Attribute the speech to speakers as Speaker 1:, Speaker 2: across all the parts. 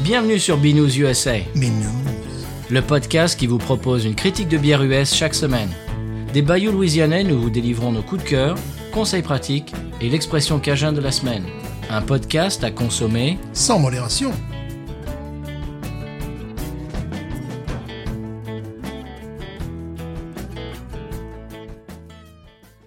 Speaker 1: Bienvenue sur Binous USA,
Speaker 2: Mais non.
Speaker 1: le podcast qui vous propose une critique de bière US chaque semaine. Des bayous louisianais, nous vous délivrons nos coups de cœur, conseils pratiques et l'expression cajun de la semaine. Un podcast à consommer.
Speaker 2: Sans modération.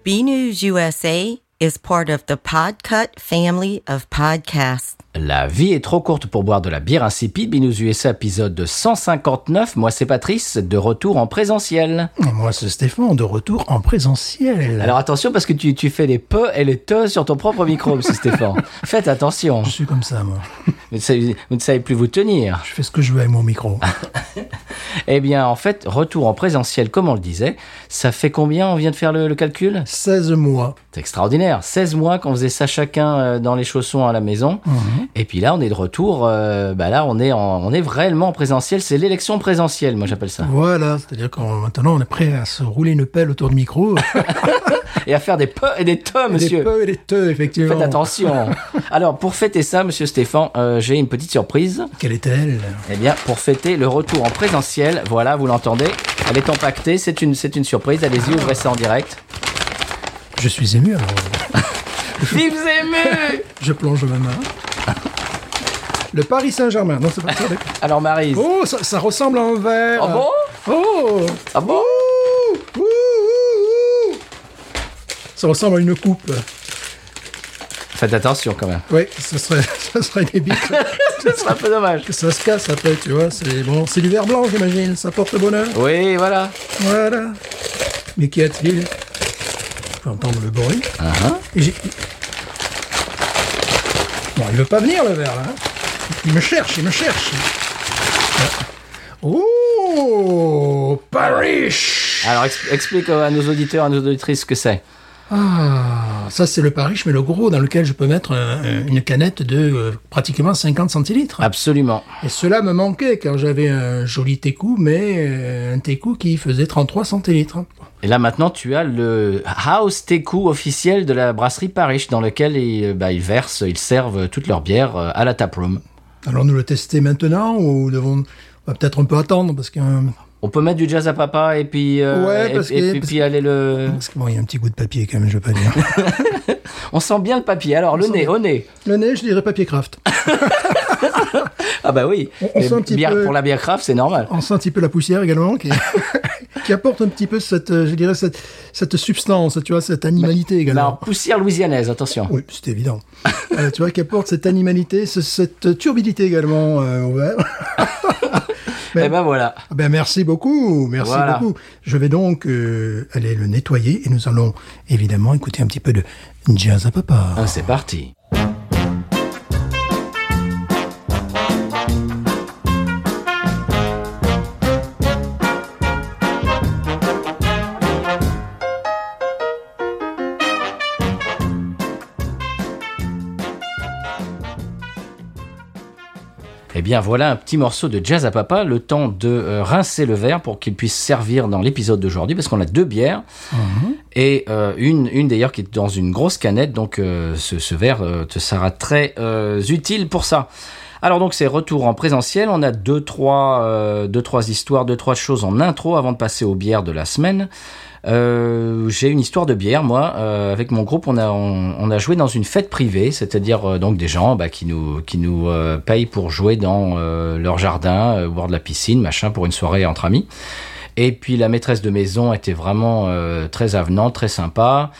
Speaker 3: B News USA is part of the Podcut family of podcasts.
Speaker 1: La vie est trop courte pour boire de la bière insipide. Binous USA, épisode 159. Moi, c'est Patrice, de retour en présentiel.
Speaker 2: Moi, c'est Stéphane, de retour en présentiel.
Speaker 1: Alors attention, parce que tu, tu fais les peu et les te sur ton propre micro, monsieur Stéphane. Faites attention.
Speaker 2: Je suis comme ça, moi.
Speaker 1: Vous ne savez- vous ne savez plus vous tenir.
Speaker 2: Je fais ce que je veux avec mon micro.
Speaker 1: Ah. Eh bien, en fait, retour en présentiel, comme on le disait, ça fait combien on vient de faire le, le calcul
Speaker 2: 16 mois.
Speaker 1: C'est extraordinaire. 16 mois qu'on faisait ça chacun euh, dans les chaussons à la maison.
Speaker 2: Mhm.
Speaker 1: Et puis là, on est de retour. euh, bah là, on est, en- on est réellement en présentiel. C'est l'élection présentielle, moi j'appelle ça.
Speaker 2: Voilà, c'est-à-dire que maintenant, on est prêt à se rouler une pelle autour du micro.
Speaker 1: Et à faire des peu et des te,
Speaker 2: Des
Speaker 1: Ah, monsieur.
Speaker 2: peu et des teux, effectivement.
Speaker 1: Faites attention. Alors, pour fêter ça, monsieur Stéphane, euh, j'ai une petite surprise.
Speaker 2: Quelle est-elle
Speaker 1: Eh bien, pour fêter le retour en présentiel, voilà, vous l'entendez. Elle est empaquetée. C'est une, c'est une surprise. Allez-y, ouvrez ça en direct.
Speaker 2: Je suis ému, alors
Speaker 1: Vive ému
Speaker 2: je plonge ma main. Le Paris Saint-Germain. Non, c'est pas ça. d'accord.
Speaker 1: Alors, Marise.
Speaker 2: Oh, ça, ça ressemble à un verre.
Speaker 1: Ah bon
Speaker 2: Oh
Speaker 1: Ah bon
Speaker 2: Ouh, ouh, ouh. Ça ressemble à une coupe.
Speaker 1: Faites attention quand même.
Speaker 2: Oui, ce serait, ce serait débile
Speaker 1: Ce serait un peu dommage.
Speaker 2: que ça se casse après, tu vois. C'est bon, c'est du verre blanc, j'imagine. Ça porte bonheur.
Speaker 1: Oui, voilà.
Speaker 2: Voilà. Mais qu'y a-t-il Je peux entendre le bruit. Et j'ai- Bon, il veut pas venir le verre là. hein. Il me cherche, il me cherche. Ah. Oh, Paris
Speaker 1: Alors, ex- explique à nos auditeurs, à nos auditrices ce que c'est.
Speaker 2: Ah, ça c'est le Paris, mais le gros dans lequel je peux mettre euh, une canette de euh, pratiquement 50 centilitres.
Speaker 1: Absolument.
Speaker 2: Et cela me manquait car j'avais un joli Técou, mais euh, un Técou qui faisait 33 centilitres.
Speaker 1: Et là, maintenant, tu as le House Teku officiel de la brasserie Parish, dans lequel ils, bah, ils versent, ils servent toutes leurs bières euh, à la taproom.
Speaker 2: Alors nous le tester maintenant ou devons on va peut-être un peu attendre parce que euh,
Speaker 1: On peut mettre du jazz à papa et puis, euh,
Speaker 2: Ouais, parce
Speaker 1: et, et
Speaker 2: que-
Speaker 1: puis,
Speaker 2: parce-
Speaker 1: puis aller le.
Speaker 2: parce que bon il y a un petit goût de papier quand même je veux pas dire.
Speaker 1: On sent bien le papier. Alors, le nez, au nez.
Speaker 2: le nez je dirais papier craft.
Speaker 1: Ah, bah oui.
Speaker 2: On- on
Speaker 1: Mais
Speaker 2: sent un petit
Speaker 1: bière-
Speaker 2: peu-
Speaker 1: Pour la bière craft, c'est normal.
Speaker 2: On sent un petit peu la poussière également qui, qui apporte un petit peu cette euh, je dirais cette cette substance tu vois cette animalité
Speaker 1: Non,
Speaker 2: également.
Speaker 1: poussière louisianaise, attention.
Speaker 2: Oui, c'est évident. Euh, tu vois, qui apporte cette animalité, ce- cette turbidité également euh, au verre.
Speaker 1: Eh ben voilà.
Speaker 2: Ah Ben merci beaucoup, merci
Speaker 1: Voilà.
Speaker 2: beaucoup. Je vais donc euh, aller le nettoyer et nous allons évidemment écouter un petit peu de jazz à papa.
Speaker 1: Ah, c'est parti. Eh bien voilà un petit morceau de jazz à papa, le temps de euh, rincer le verre pour qu'il puisse servir dans l'épisode d'aujourd'hui, parce qu'on a deux bières, et euh, une, une d'ailleurs qui est dans une grosse canette, donc euh, ce, ce verre euh, te sera très euh, utile pour ça. Alors donc c'est retour en présentiel, on a deux trois, euh, deux, trois histoires, deux, trois choses en intro avant de passer aux bières de la semaine. Euh, j'ai une histoire de bière, moi. Euh, avec mon groupe, on a, on, on a joué dans une fête privée, c'est-à-dire euh, donc des gens bah, qui nous, qui nous euh, payent pour jouer dans euh, leur jardin, euh, boire de la piscine, machin, pour une soirée entre amis. Et puis la maîtresse de maison était vraiment euh, très avenante, très sympa.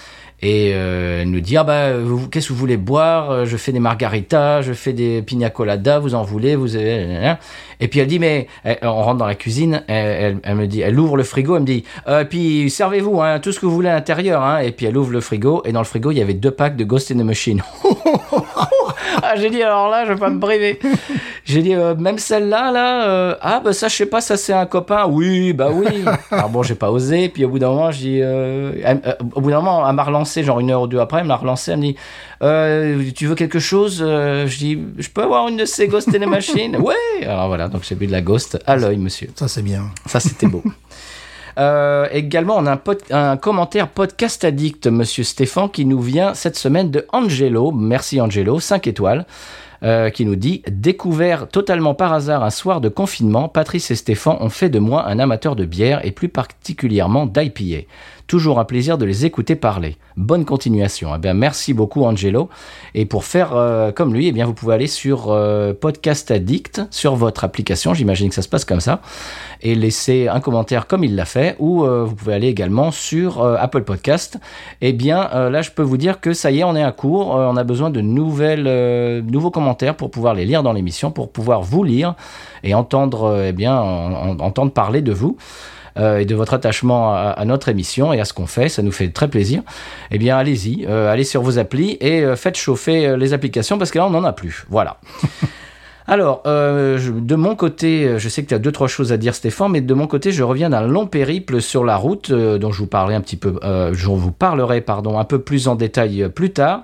Speaker 1: Et euh, elle nous dit ah bah vous- qu'est-ce que vous voulez boire Euh, Je fais des margaritas, je fais des pina colada, vous en voulez Vous avez... euh, Et puis elle dit mais elle- euh, on rentre dans la cuisine, elle, elle- elle me dit elle ouvre le frigo, elle me dit Euh, puis servez-vous hein, tout ce que vous voulez à l'intérieur hein. Et puis elle ouvre le frigo et dans le frigo il y avait deux packs de Ghost in the Machine. ah j'ai dit alors là je vais pas me priver. J'ai dit euh, même celle-là là euh, ah bah ça je sais pas ça c'est un copain oui bah oui alors bon j'ai pas osé puis au bout d'un moment j'ai euh, elle- euh, au bout d'un moment elle m'a relancé genre une heure ou deux après elle m'a relancé elle me dit Euh, tu veux quelque chose Euh, je dis je peux avoir une de ces Ghost in the Machine ouais alors voilà donc j'ai bu de la Ghost à l'œil monsieur
Speaker 2: Ça c'est bien.
Speaker 1: ça, c'était beau. Euh, également, on a un, pod- un commentaire podcast addict, monsieur Stéphane, qui nous vient cette semaine de Angelo. Merci Angelo, 5 étoiles. euh, qui nous dit Découvert totalement par hasard un soir de confinement, Patrice et Stéphane ont fait de moi un amateur de bière et plus particulièrement d'IPA. Toujours un plaisir de les écouter parler. Bonne continuation. Eh bien, merci beaucoup Angelo. Et pour faire euh, comme lui, eh bien, vous pouvez aller sur euh, Podcast Addict, sur votre application, j'imagine que ça se passe comme ça, et laisser un commentaire comme il l'a fait, ou euh, vous pouvez aller également sur euh, Apple Podcast. Eh bien, euh, là, je peux vous dire que ça y est, on est à court, euh, on a besoin de nouvelles, euh, nouveaux commentaires pour pouvoir les lire dans l'émission, pour pouvoir vous lire et entendre, euh, eh bien, en- en- entendre parler de vous euh, et de votre attachement à, à notre émission et à ce qu'on fait. Ça nous fait très plaisir. Eh bien, allez-y, euh, allez sur vos applis et euh, faites chauffer euh, les applications parce que là, on n'en a plus. Voilà. Alors, euh, je- de mon côté, euh, je sais que tu as deux, trois choses à dire, Stéphane, mais de mon côté, je reviens d'un long périple sur la route, euh, dont je vous parlais un petit peu, euh, je vous parlerai, pardon, un peu plus en détail euh, plus tard.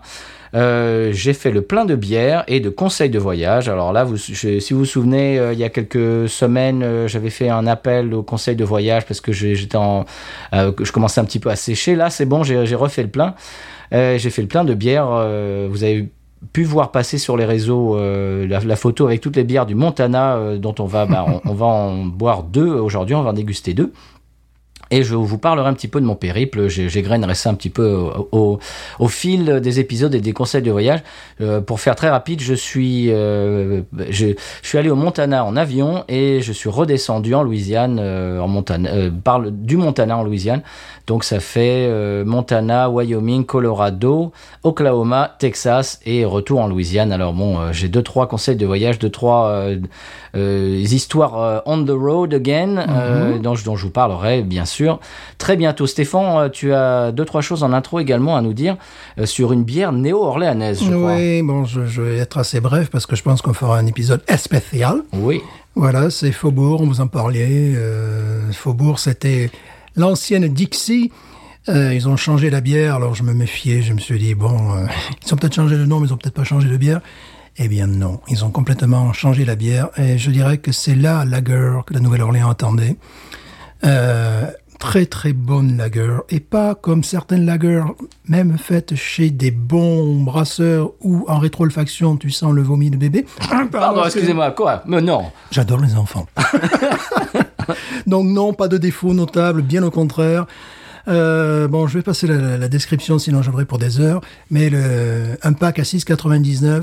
Speaker 1: Euh, j'ai fait le plein de bières et de conseils de voyage. Alors là, vous, je- si vous vous souvenez, euh, il y a quelques semaines, euh, j'avais fait un appel au conseil de voyage parce que j'ai- j'étais en, euh, que je commençais un petit peu à sécher. Là, c'est bon, j'ai j'ai refait le plein. Euh, j'ai fait le plein de bières. euh, vous avez pu voir passer sur les réseaux euh, la, la photo avec toutes les bières du Montana euh, dont on va, bah, on, on va en boire deux aujourd'hui, on va en déguster deux. Et je vous parlerai un petit peu de mon périple. J'ai- J'égrainerai ça un petit peu au, au- au fil des épisodes et des conseils de voyage. Euh, pour faire très rapide, je suis, euh, je, je suis allé au Montana en avion et je suis redescendu en Louisiane, euh, en Montana, euh, par le- du Montana en Louisiane. Donc ça fait euh, Montana, Wyoming, Colorado, Oklahoma, Texas et retour en Louisiane. Alors bon, euh, j'ai deux trois conseils de voyage, deux trois euh, euh, histoires euh, on the road again euh, dont, je- dont je vous parlerai bien sûr très bientôt. Stéphane, euh, tu as deux trois choses en intro également à nous dire euh, sur une bière néo-orléanaise, je crois.
Speaker 2: Oui, bon, je, je vais être assez bref parce que je pense qu'on fera un épisode spécial.
Speaker 1: Oui.
Speaker 2: Voilà, c'est Faubourg, on vous en parlait. Euh, Faubourg, c'était l'ancienne Dixie. Euh, ils ont changé la bière, alors je me méfiais, je me suis dit, bon, euh, ils ont peut-être changé le nom, mais ils ont peut-être pas changé de bière. Eh bien non, ils ont complètement changé la bière, et je dirais que c'est là la lager que la Nouvelle-Orléans attendait. Euh, très très bonne lager et pas comme certaines lagers même faites chez des bons brasseurs ou en rétro-olfaction tu sens le vomi de bébé
Speaker 1: Pardon, excusez-moi, quoi Mais non.
Speaker 2: J'adore les enfants. Donc non, pas de défaut notable, bien au contraire. Euh, bon, je vais passer la- la, la description, sinon j'en aurai pour des heures. Mais le, un pack à 6,99,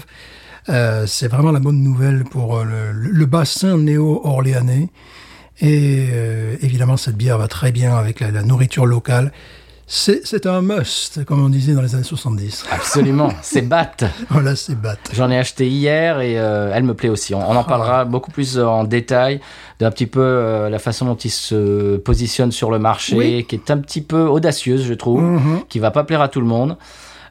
Speaker 2: euh, c'est vraiment la bonne nouvelle pour euh, le, le bassin néo-orléanais. Et euh, évidemment, cette bière va très bien avec la, la nourriture locale. C'est c'est un must, comme on disait dans les années 70.
Speaker 1: Absolument, c'est batte.
Speaker 2: Voilà, c'est bat.
Speaker 1: J'en ai acheté hier et euh, elle me plaît aussi. On, on
Speaker 2: Ah.
Speaker 1: en parlera beaucoup plus en détail d'un petit peu euh, la façon dont il se positionne sur le marché,
Speaker 2: Oui.
Speaker 1: qui est un petit peu audacieuse, je trouve, qui va pas plaire à tout le monde.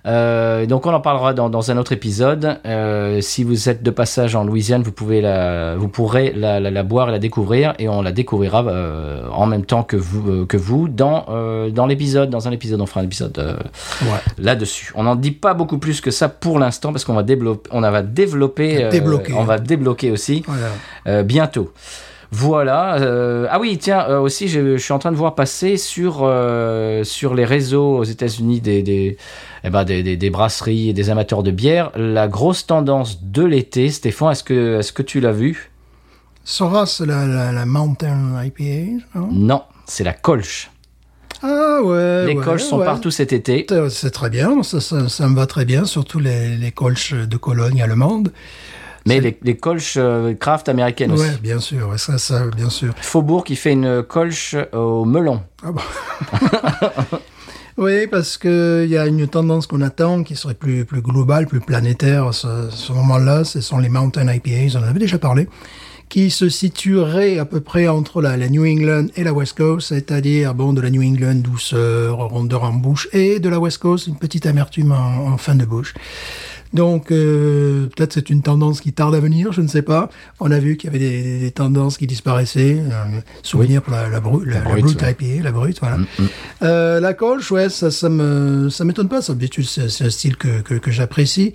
Speaker 1: Euh, donc on en parlera dans, dans un autre épisode. Euh, si vous êtes de passage en Louisiane, vous pouvez la, vous pourrez la, la- la boire et la découvrir, et on la découvrira euh, en même temps que vous euh, que vous dans euh, dans l'épisode, dans un épisode, on fera un épisode euh,
Speaker 2: Ouais.
Speaker 1: là-dessus. On n'en dit pas beaucoup plus que ça pour l'instant parce qu'on va développer, on va développer, euh,
Speaker 2: Débloquer.
Speaker 1: on va débloquer aussi
Speaker 2: Voilà.
Speaker 1: euh, bientôt. Voilà. euh, ah oui, tiens, euh, aussi, je, je suis en train de voir passer sur euh, sur les réseaux aux États-Unis des des, eh ben, des des des brasseries et des amateurs de bière la grosse tendance de l'été. Stéphane, est-ce que est-ce que tu l'as vu
Speaker 2: Soras, la, la, la Mountain IPA, non
Speaker 1: Non, c'est la colche.
Speaker 2: Ah ouais.
Speaker 1: les
Speaker 2: ouais,
Speaker 1: colches sont
Speaker 2: ouais.
Speaker 1: partout cet été.
Speaker 2: Euh, C'est très bien, ça, ça, ça me va très bien, surtout les, les colches de Cologne allemande.
Speaker 1: Mais les, les colches euh, craft américaines
Speaker 2: Oui,
Speaker 1: aussi.
Speaker 2: bien sûr, ouais, ça, ça, bien sûr.
Speaker 1: Faubourg qui fait une colche au melon.
Speaker 2: Oui, parce que il y a une tendance qu'on attend, qui serait plus, plus globale, plus planétaire à ce, ce moment-là, ce sont les Mountain IPAs, on en avait déjà parlé, qui se situeraient à peu près entre la, la New England et la West Coast, c'est-à-dire, bon, de la New England, douceur, rondeur en bouche, et de la West Coast, une petite amertume en, en fin de bouche. Donc, euh, peut-être c'est une tendance qui tarde à venir, je ne sais pas. On a vu qu'il y avait des, des- des tendances qui disparaissaient. Euh, souvenir pour la, la, bru- la, la
Speaker 1: brute,
Speaker 2: brute
Speaker 1: ouais. Mm,
Speaker 2: IPA, la brute, voilà. Euh, la colche, ouais, ça, ça me, ça m'étonne pas. Ça, D'habitude, c'est c'est un style que, que, que j'apprécie.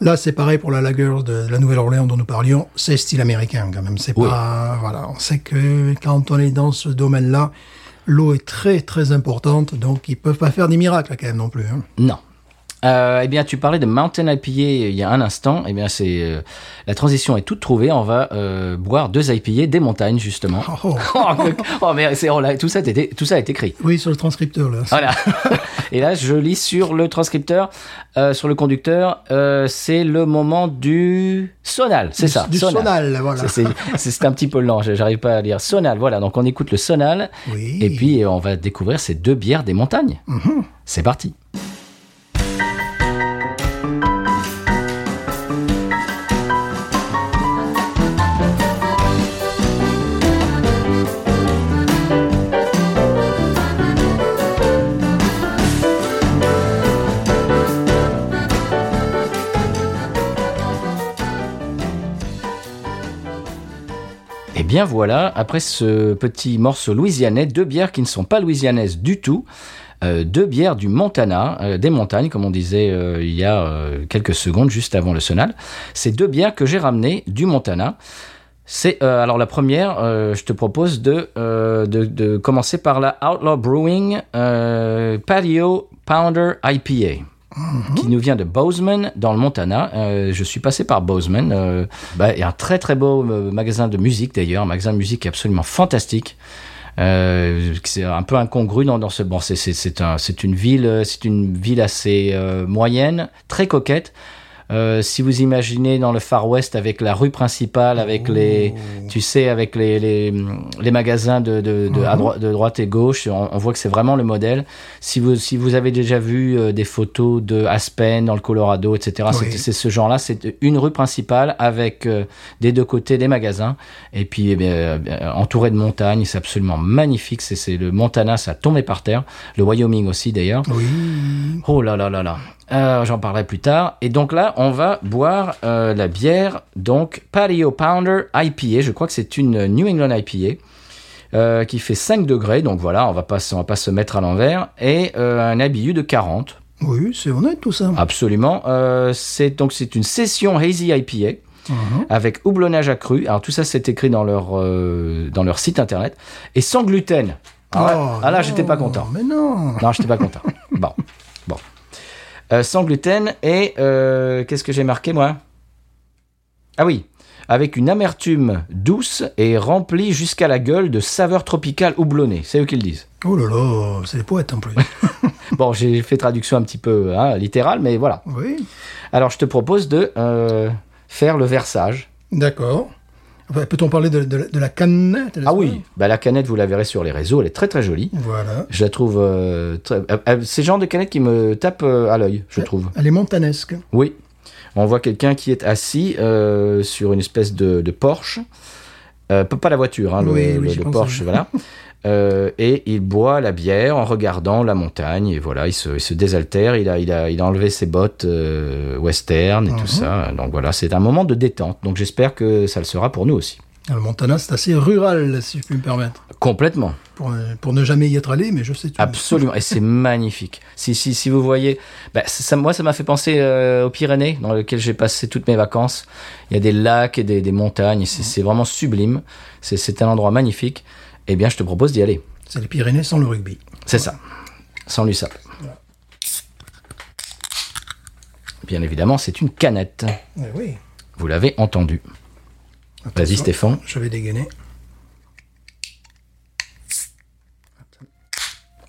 Speaker 2: Là, c'est pareil pour la lager de, de la Nouvelle-Orléans dont nous parlions. C'est style américain, quand même. C'est
Speaker 1: Oui.
Speaker 2: pas, voilà. On sait que quand on est dans ce domaine-là, l'eau est très, très importante. Donc, ils peuvent pas faire des miracles, quand même, non plus. hein.
Speaker 1: Non. Euh, eh bien, tu parlais de Mountain IPA il y a un instant. Eh bien, c'est euh, la transition est toute trouvée. On va euh, boire deux IPA des montagnes justement.
Speaker 2: Oh.
Speaker 1: oh, que- oh, mais c'est- oh là, tout ça, était- tout ça est écrit.
Speaker 2: Oui, sur le transcripteur, là.
Speaker 1: Voilà. Et là, je lis sur le transcripteur, euh, sur le conducteur, euh, c'est le moment du sonal, c'est
Speaker 2: Du-
Speaker 1: ça.
Speaker 2: Du sonal, voilà.
Speaker 1: Ça, c'est- C'est c'est un petit peu lent, j'arrive pas à lire. Sonal, voilà, donc on écoute le sonal,
Speaker 2: Oui. Mm-hmm.
Speaker 1: et puis euh, on va découvrir ces deux bières des montagnes. C'est parti. Et bien voilà, après ce petit morceau louisianais, deux bières qui ne sont pas louisianaises du tout, euh, deux bières du Montana, euh, des montagnes, comme on disait euh, il y a euh, quelques secondes, juste avant le sonal. C'est deux bières que j'ai ramenées du Montana. C'est euh, alors la première, euh, je te propose de, euh, de, de commencer par la Outlaw Brewing euh, Patio Pounder IPA. Qui nous vient de Bozeman, dans le Montana. Euh, je suis passé par Bozeman. euh, bah, il y a un très très beau euh, magasin de musique d'ailleurs, un magasin de musique qui est absolument fantastique. Euh, c'est un peu incongru dans, dans ce bon c'est c'est c'est un c'est une ville euh, c'est une ville assez euh, moyenne très coquette Euh, si vous imaginez dans le Far West avec la rue principale
Speaker 2: Oh.
Speaker 1: avec les
Speaker 2: Mm.
Speaker 1: tu sais avec les les, les magasins de de, de, à droi- de droite et gauche on, on voit que c'est vraiment le modèle si vous si vous avez déjà vu euh, des photos de Aspen dans le Colorado etc
Speaker 2: Oui.
Speaker 1: c'est- c'est ce genre là c'est une rue principale avec euh, des deux côtés des magasins et puis eh bien, euh, entouré de montagnes c'est absolument magnifique c'est c'est le Montana ça tombait par terre le Wyoming aussi d'ailleurs
Speaker 2: Oui.
Speaker 1: Oh là là là là. Euh, J'en parlerai plus tard. Et donc là, on va boire euh, la bière, donc Patio Pounder IPA. Je crois que c'est une New England IPA euh, qui fait 5 degrés. Donc voilà, on va pas, se- on va pas se mettre à l'envers. Et euh, un habillu de 40.
Speaker 2: Oui, c'est honnête, tout ça.
Speaker 1: Absolument. Euh, c'est donc c'est une session hazy IPA
Speaker 2: Mhm.
Speaker 1: avec houblonnage accru. Alors tout ça c'est écrit dans leur euh, dans leur site internet et sans gluten. Alors là-
Speaker 2: Oh,
Speaker 1: ah là,
Speaker 2: non,
Speaker 1: j'étais pas content.
Speaker 2: Mais non.
Speaker 1: Non, j'étais pas content. Bon, bon. Euh, sans gluten et euh, qu'est-ce que j'ai marqué moi Ah oui, avec une amertume douce et remplie jusqu'à la gueule de saveurs tropicales houblonnées. C'est eux qui le disent.
Speaker 2: Oh là là, c'est des poètes en plus.
Speaker 1: Bon, j'ai fait traduction un petit peu hein, littérale, mais voilà.
Speaker 2: oui.
Speaker 1: Alors, je te propose de euh, faire le versage.
Speaker 2: D'accord. Enfin, Peut-on parler de, de la- de la canette n'est-ce
Speaker 1: Ah
Speaker 2: pas
Speaker 1: oui, bah, la canette, vous la verrez sur les réseaux, elle est très très jolie.
Speaker 2: Voilà.
Speaker 1: Je la trouve euh, très. euh, euh, C'est le genre de canette qui me tape euh, à l'œil, je trouve.
Speaker 2: Elle est montanesque.
Speaker 1: Oui. On voit quelqu'un qui est assis euh, sur une espèce de, de Porsche. Euh, pas pas la voiture, hein, le,
Speaker 2: Oui, oui,
Speaker 1: le-
Speaker 2: j'ai
Speaker 1: le
Speaker 2: pensé.
Speaker 1: Porsche, voilà. Euh, et il boit la bière en regardant la montagne. Et voilà, il se, il se désaltère. Il a, il, a, il a enlevé ses bottes euh, western et
Speaker 2: Mhm.
Speaker 1: tout ça. Donc voilà, c'est un moment de détente. Donc j'espère que ça le sera pour nous aussi.
Speaker 2: Ah, Le Montana, c'est assez rural, si je puis me permettre.
Speaker 1: Complètement.
Speaker 2: Pour, ne- pour ne jamais y être allé, mais je sais. tu-
Speaker 1: Absolument, et c'est magnifique. Si, si, si vous voyez, bah, ça, ça- moi ça m'a fait penser euh, aux Pyrénées, dans lesquelles j'ai passé toutes mes vacances. Il y a des lacs et des, des montagnes, et c'est c'est vraiment sublime. C'est- C'est un endroit magnifique. Eh bien, je te propose d'y aller.
Speaker 2: C'est les Pyrénées sans le rugby.
Speaker 1: C'est ça, sans l'USAP. Bien évidemment, c'est une canette.
Speaker 2: Eh oui.
Speaker 1: Vous l'avez entendu. Vas-y
Speaker 2: Attention,
Speaker 1: Stéphane.
Speaker 2: Je vais dégainer.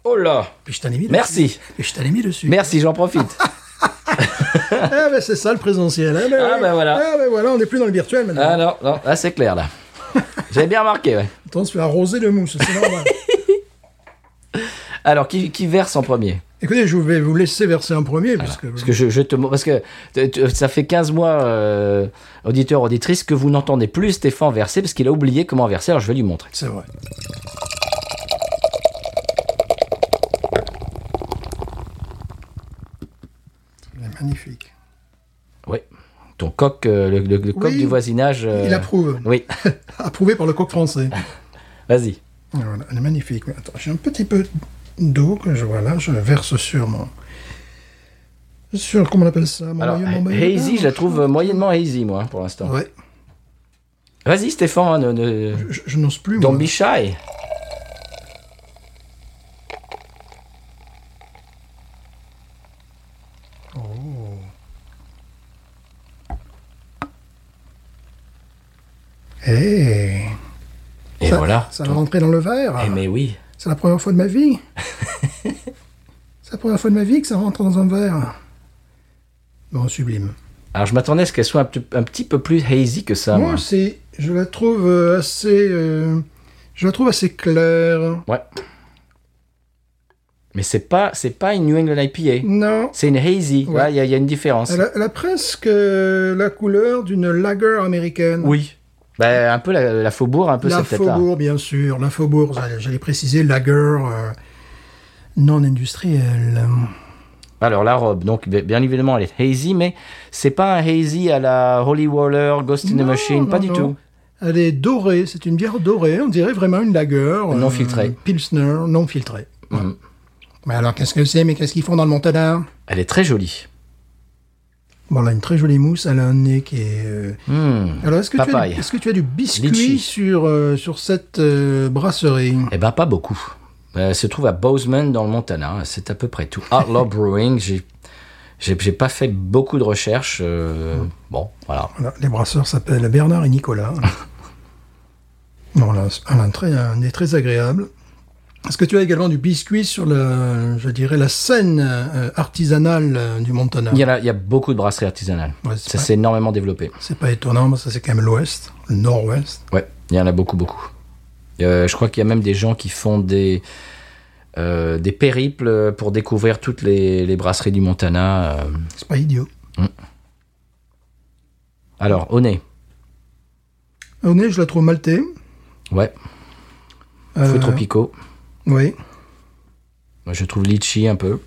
Speaker 1: Oh là
Speaker 2: Puis je t'en ai mis dessus.
Speaker 1: Merci.
Speaker 2: Puis je t'en ai mis dessus.
Speaker 1: Merci, j'en profite.
Speaker 2: Ah ben c'est ça le présentiel. Ah ben,
Speaker 1: Ah,
Speaker 2: oui.
Speaker 1: ben voilà.
Speaker 2: Ah ben voilà, on n'est plus dans le virtuel maintenant.
Speaker 1: ah non, non, là c'est clair là. J'ai bien remarqué, ouais.
Speaker 2: Attends, on se fait arroser de mousse, c'est normal.
Speaker 1: Alors, qui- qui verse en premier
Speaker 2: Écoutez, je vais vous laisser verser en premier, puisque...
Speaker 1: Parce que je, je te mo- parce que t- t- ça fait 15 mois euh, auditeur auditrice que vous n'entendez plus Stéphane verser parce qu'il a oublié comment verser. Alors je vais lui montrer.
Speaker 2: C'est vrai. Il est magnifique.
Speaker 1: Oui. Ton coq, euh, le, le- le coq
Speaker 2: Oui,
Speaker 1: du voisinage. euh,
Speaker 2: Il approuve.
Speaker 1: Oui.
Speaker 2: Approuvé par le coq français.
Speaker 1: Vas-y.
Speaker 2: Voilà, elle est magnifique. Mais Attends, j'ai un petit peu d'eau que je vois là, je verse sur mon... Sur, comment on appelle ça mon
Speaker 1: Alors
Speaker 2: maillot, mon maillot de
Speaker 1: hazy,
Speaker 2: bain,
Speaker 1: je la trouve euh, moyennement hazy moi hein, pour l'instant.
Speaker 2: Ouais,
Speaker 1: Vas-y Stéphane, hein, ne, ne-
Speaker 2: je, je n'ose plus.
Speaker 1: don't
Speaker 2: moi.
Speaker 1: be shy.
Speaker 2: Oh, Eh,
Speaker 1: Et
Speaker 2: ça-
Speaker 1: voilà.
Speaker 2: Ça va rentrer dans le verre.
Speaker 1: Eh, mais oui.
Speaker 2: C'est la première fois de ma vie. C'est la première fois de ma vie que ça rentre dans un verre. Bon, sublime.
Speaker 1: Alors je m'attendais à ce qu'elle soit un, petit- un petit peu plus hazy que ça.
Speaker 2: moi,
Speaker 1: moi.
Speaker 2: c'est, je la trouve euh, assez, euh, je la trouve assez claire.
Speaker 1: Ouais. Mais c'est pas c'est pas une New England IPA.
Speaker 2: Non,
Speaker 1: C'est une hazy. Là, il y, a- il y a une différence.
Speaker 2: elle a, elle a presque euh, la couleur d'une lager américaine.
Speaker 1: Oui. Ben, un peu la, la faubourg, un peu
Speaker 2: La
Speaker 1: cette tête-là.
Speaker 2: faubourg, bien sûr. La faubourg, j'allais- j'allais préciser, lager euh, non industrielle.
Speaker 1: Alors la robe, donc b- bien évidemment elle est hazy, mais c'est pas un hazy à la Holy Waller, Ghost in the
Speaker 2: Non,
Speaker 1: Machine, pas
Speaker 2: non,
Speaker 1: du
Speaker 2: non.
Speaker 1: tout.
Speaker 2: Elle est dorée, c'est une bière dorée, on dirait vraiment une lager.
Speaker 1: Non filtrée.
Speaker 2: Pilsner, non filtrée. Ouais.
Speaker 1: Mhm.
Speaker 2: Mais alors qu'est-ce que c'est, mais qu'est-ce qu'ils font dans le Montagnard
Speaker 1: Elle est très jolie.
Speaker 2: Bon, elle a une très jolie mousse, elle a un nez qui est... euh,
Speaker 1: Hmm.
Speaker 2: Alors, est-ce que, tu as,
Speaker 1: Papaye.
Speaker 2: du- est-ce que tu as du biscuit
Speaker 1: Litchi.
Speaker 2: sur, euh, sur cette euh, brasserie
Speaker 1: Eh ben pas beaucoup. Euh, Elle se trouve à Bozeman dans le Montana, c'est à peu près tout. Outlaw Brewing, j'ai j'ai j'ai pas fait beaucoup de recherches. euh, Bon, voilà.
Speaker 2: Voilà, Les brasseurs s'appellent Bernard et Nicolas. bon, là, elle a un, très, un nez très agréable. Est-ce que tu as également du biscuit sur la, je dirais, la scène euh, artisanale euh, du Montana
Speaker 1: Il y, a là- il y a beaucoup de brasseries artisanales.
Speaker 2: Ouais, c'est
Speaker 1: ça
Speaker 2: pas-
Speaker 1: s'est énormément développé.
Speaker 2: C'est pas étonnant, parce que c'est quand même l'Ouest, le Nord-Ouest.
Speaker 1: Ouais, il y en a beaucoup, beaucoup. Euh, je crois qu'il y a même des gens qui font des, euh, des périples pour découvrir toutes les, les brasseries du Montana. euh.
Speaker 2: C'est pas idiot.
Speaker 1: Alors, au nez.
Speaker 2: Au nez, je la trouve maltée.
Speaker 1: Ouais,
Speaker 2: Euh,
Speaker 1: feu tropicaux.
Speaker 2: Oui.
Speaker 1: Moi, Je trouve litchi un peu.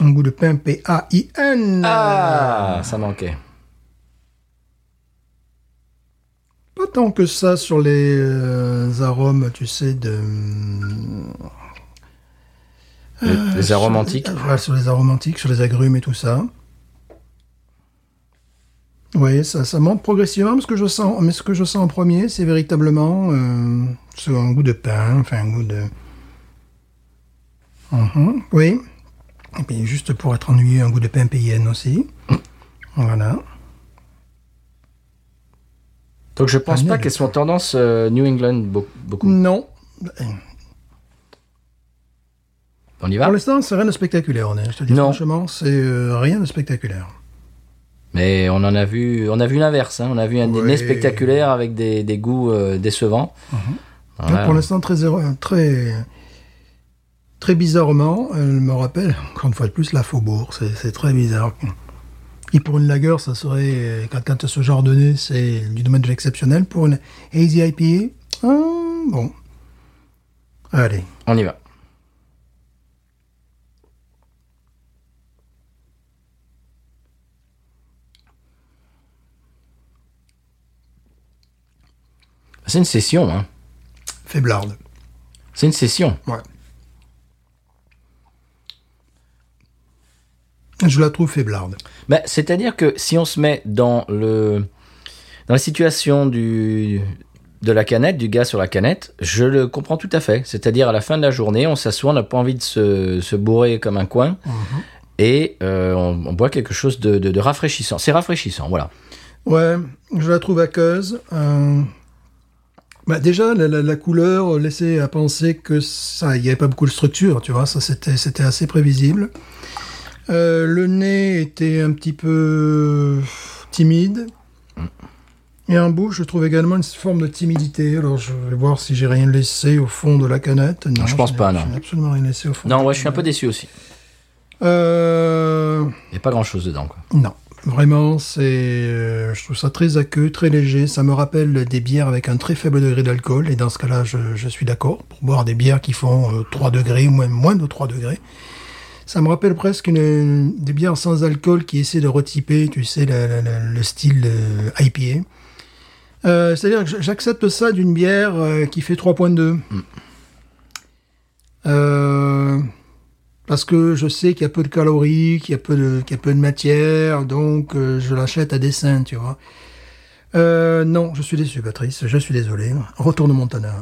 Speaker 2: Un goût de pain P-A-I-N.
Speaker 1: Ah, ça manquait.
Speaker 2: Pas tant que ça sur les euh, arômes, tu sais, de...
Speaker 1: Les,
Speaker 2: Euh,
Speaker 1: les arômes antiques.
Speaker 2: Voilà, sur les arômes antiques, sur les agrumes et tout ça. Oui, ça, ça monte progressivement, mais ce que je sens, mais ce que je sens en premier, c'est véritablement euh, ce- un goût de pain, enfin un goût de... Mhm, oui. Et puis juste pour être ennuyé, un goût de pain payenne aussi. Voilà.
Speaker 1: Donc je pense
Speaker 2: Ah, Mm.
Speaker 1: pas
Speaker 2: nul.
Speaker 1: qu'elles soient tendance euh, New England beau- beaucoup.
Speaker 2: Non.
Speaker 1: On y
Speaker 2: Pour
Speaker 1: va
Speaker 2: l'instant, c'est rien de spectaculaire, honnêtement. Je te dis
Speaker 1: Non.
Speaker 2: franchement, c'est euh, rien de spectaculaire.
Speaker 1: Mais on en a vu, on a vu l'inverse. hein. On a vu un
Speaker 2: Ouais.
Speaker 1: nez spectaculaire avec des, des goûts euh, décevants.
Speaker 2: Donc,
Speaker 1: Voilà.
Speaker 2: Pour l'instant, très, heureux- très, très bizarrement, elle me rappelle, encore une fois de plus, la Faubourg. C'est c'est très bizarre. Et pour une lager, ça serait, euh, quand, quand ce genre de nez, c'est du domaine de l'exceptionnel. Pour une Hazy IPA, hum, bon. Allez.
Speaker 1: On y va. C'est une session, hein.
Speaker 2: Faiblarde.
Speaker 1: C'est une session.
Speaker 2: Ouais. Je la trouve faiblarde.
Speaker 1: Bah, C'est-à-dire que si on se met dans le dans la situation du de la canette, du gars sur la canette, je le comprends tout à fait. C'est-à-dire à la fin de la journée, on s'assoit, on n'a pas envie de se, se bourrer comme un coin, et euh, on, on boit quelque chose de, de- de rafraîchissant. C'est rafraîchissant, voilà.
Speaker 2: Ouais, je la trouve aqueuse. Euh, Bah déjà, la, la- la couleur laissait à penser que ça, il n'y avait pas beaucoup de structure, tu vois, ça c'était c'était assez prévisible. Euh, le nez était un petit peu timide. Et en bouche, je trouve également une forme de timidité. Alors, je vais voir si j'ai rien laissé au fond de la canette. Non,
Speaker 1: Je pense
Speaker 2: n'ai-
Speaker 1: pas, non.
Speaker 2: Je n'ai absolument rien laissé au fond. de
Speaker 1: Non,
Speaker 2: la
Speaker 1: ouais, je suis un peu
Speaker 2: canette.
Speaker 1: déçu aussi.
Speaker 2: Euh...
Speaker 1: Il n'y a pas grand-chose dedans, quoi.
Speaker 2: Non, vraiment, c'est, euh, je trouve ça très aqueux, très léger. Ça me rappelle des bières avec un très faible degré d'alcool, et dans ce cas-là, je, je suis d'accord pour boire des bières qui font euh, 3 degrés ou même moins de 3 degrés. Ça me rappelle presque une, une- des bières sans alcool qui essaient de retyper, tu sais, la- la- la- le style euh, IPA. Euh, C'est-à-dire que j- j'accepte ça d'une bière euh, qui fait 3.2. Euh, parce que je sais qu'il y a peu de calories, qu'il y a peu de, qu'il y a peu de matière, donc euh, je l'achète à dessein, tu vois. Euh, non, je suis déçu, Patrice, je suis désolé. Retourne au Montana.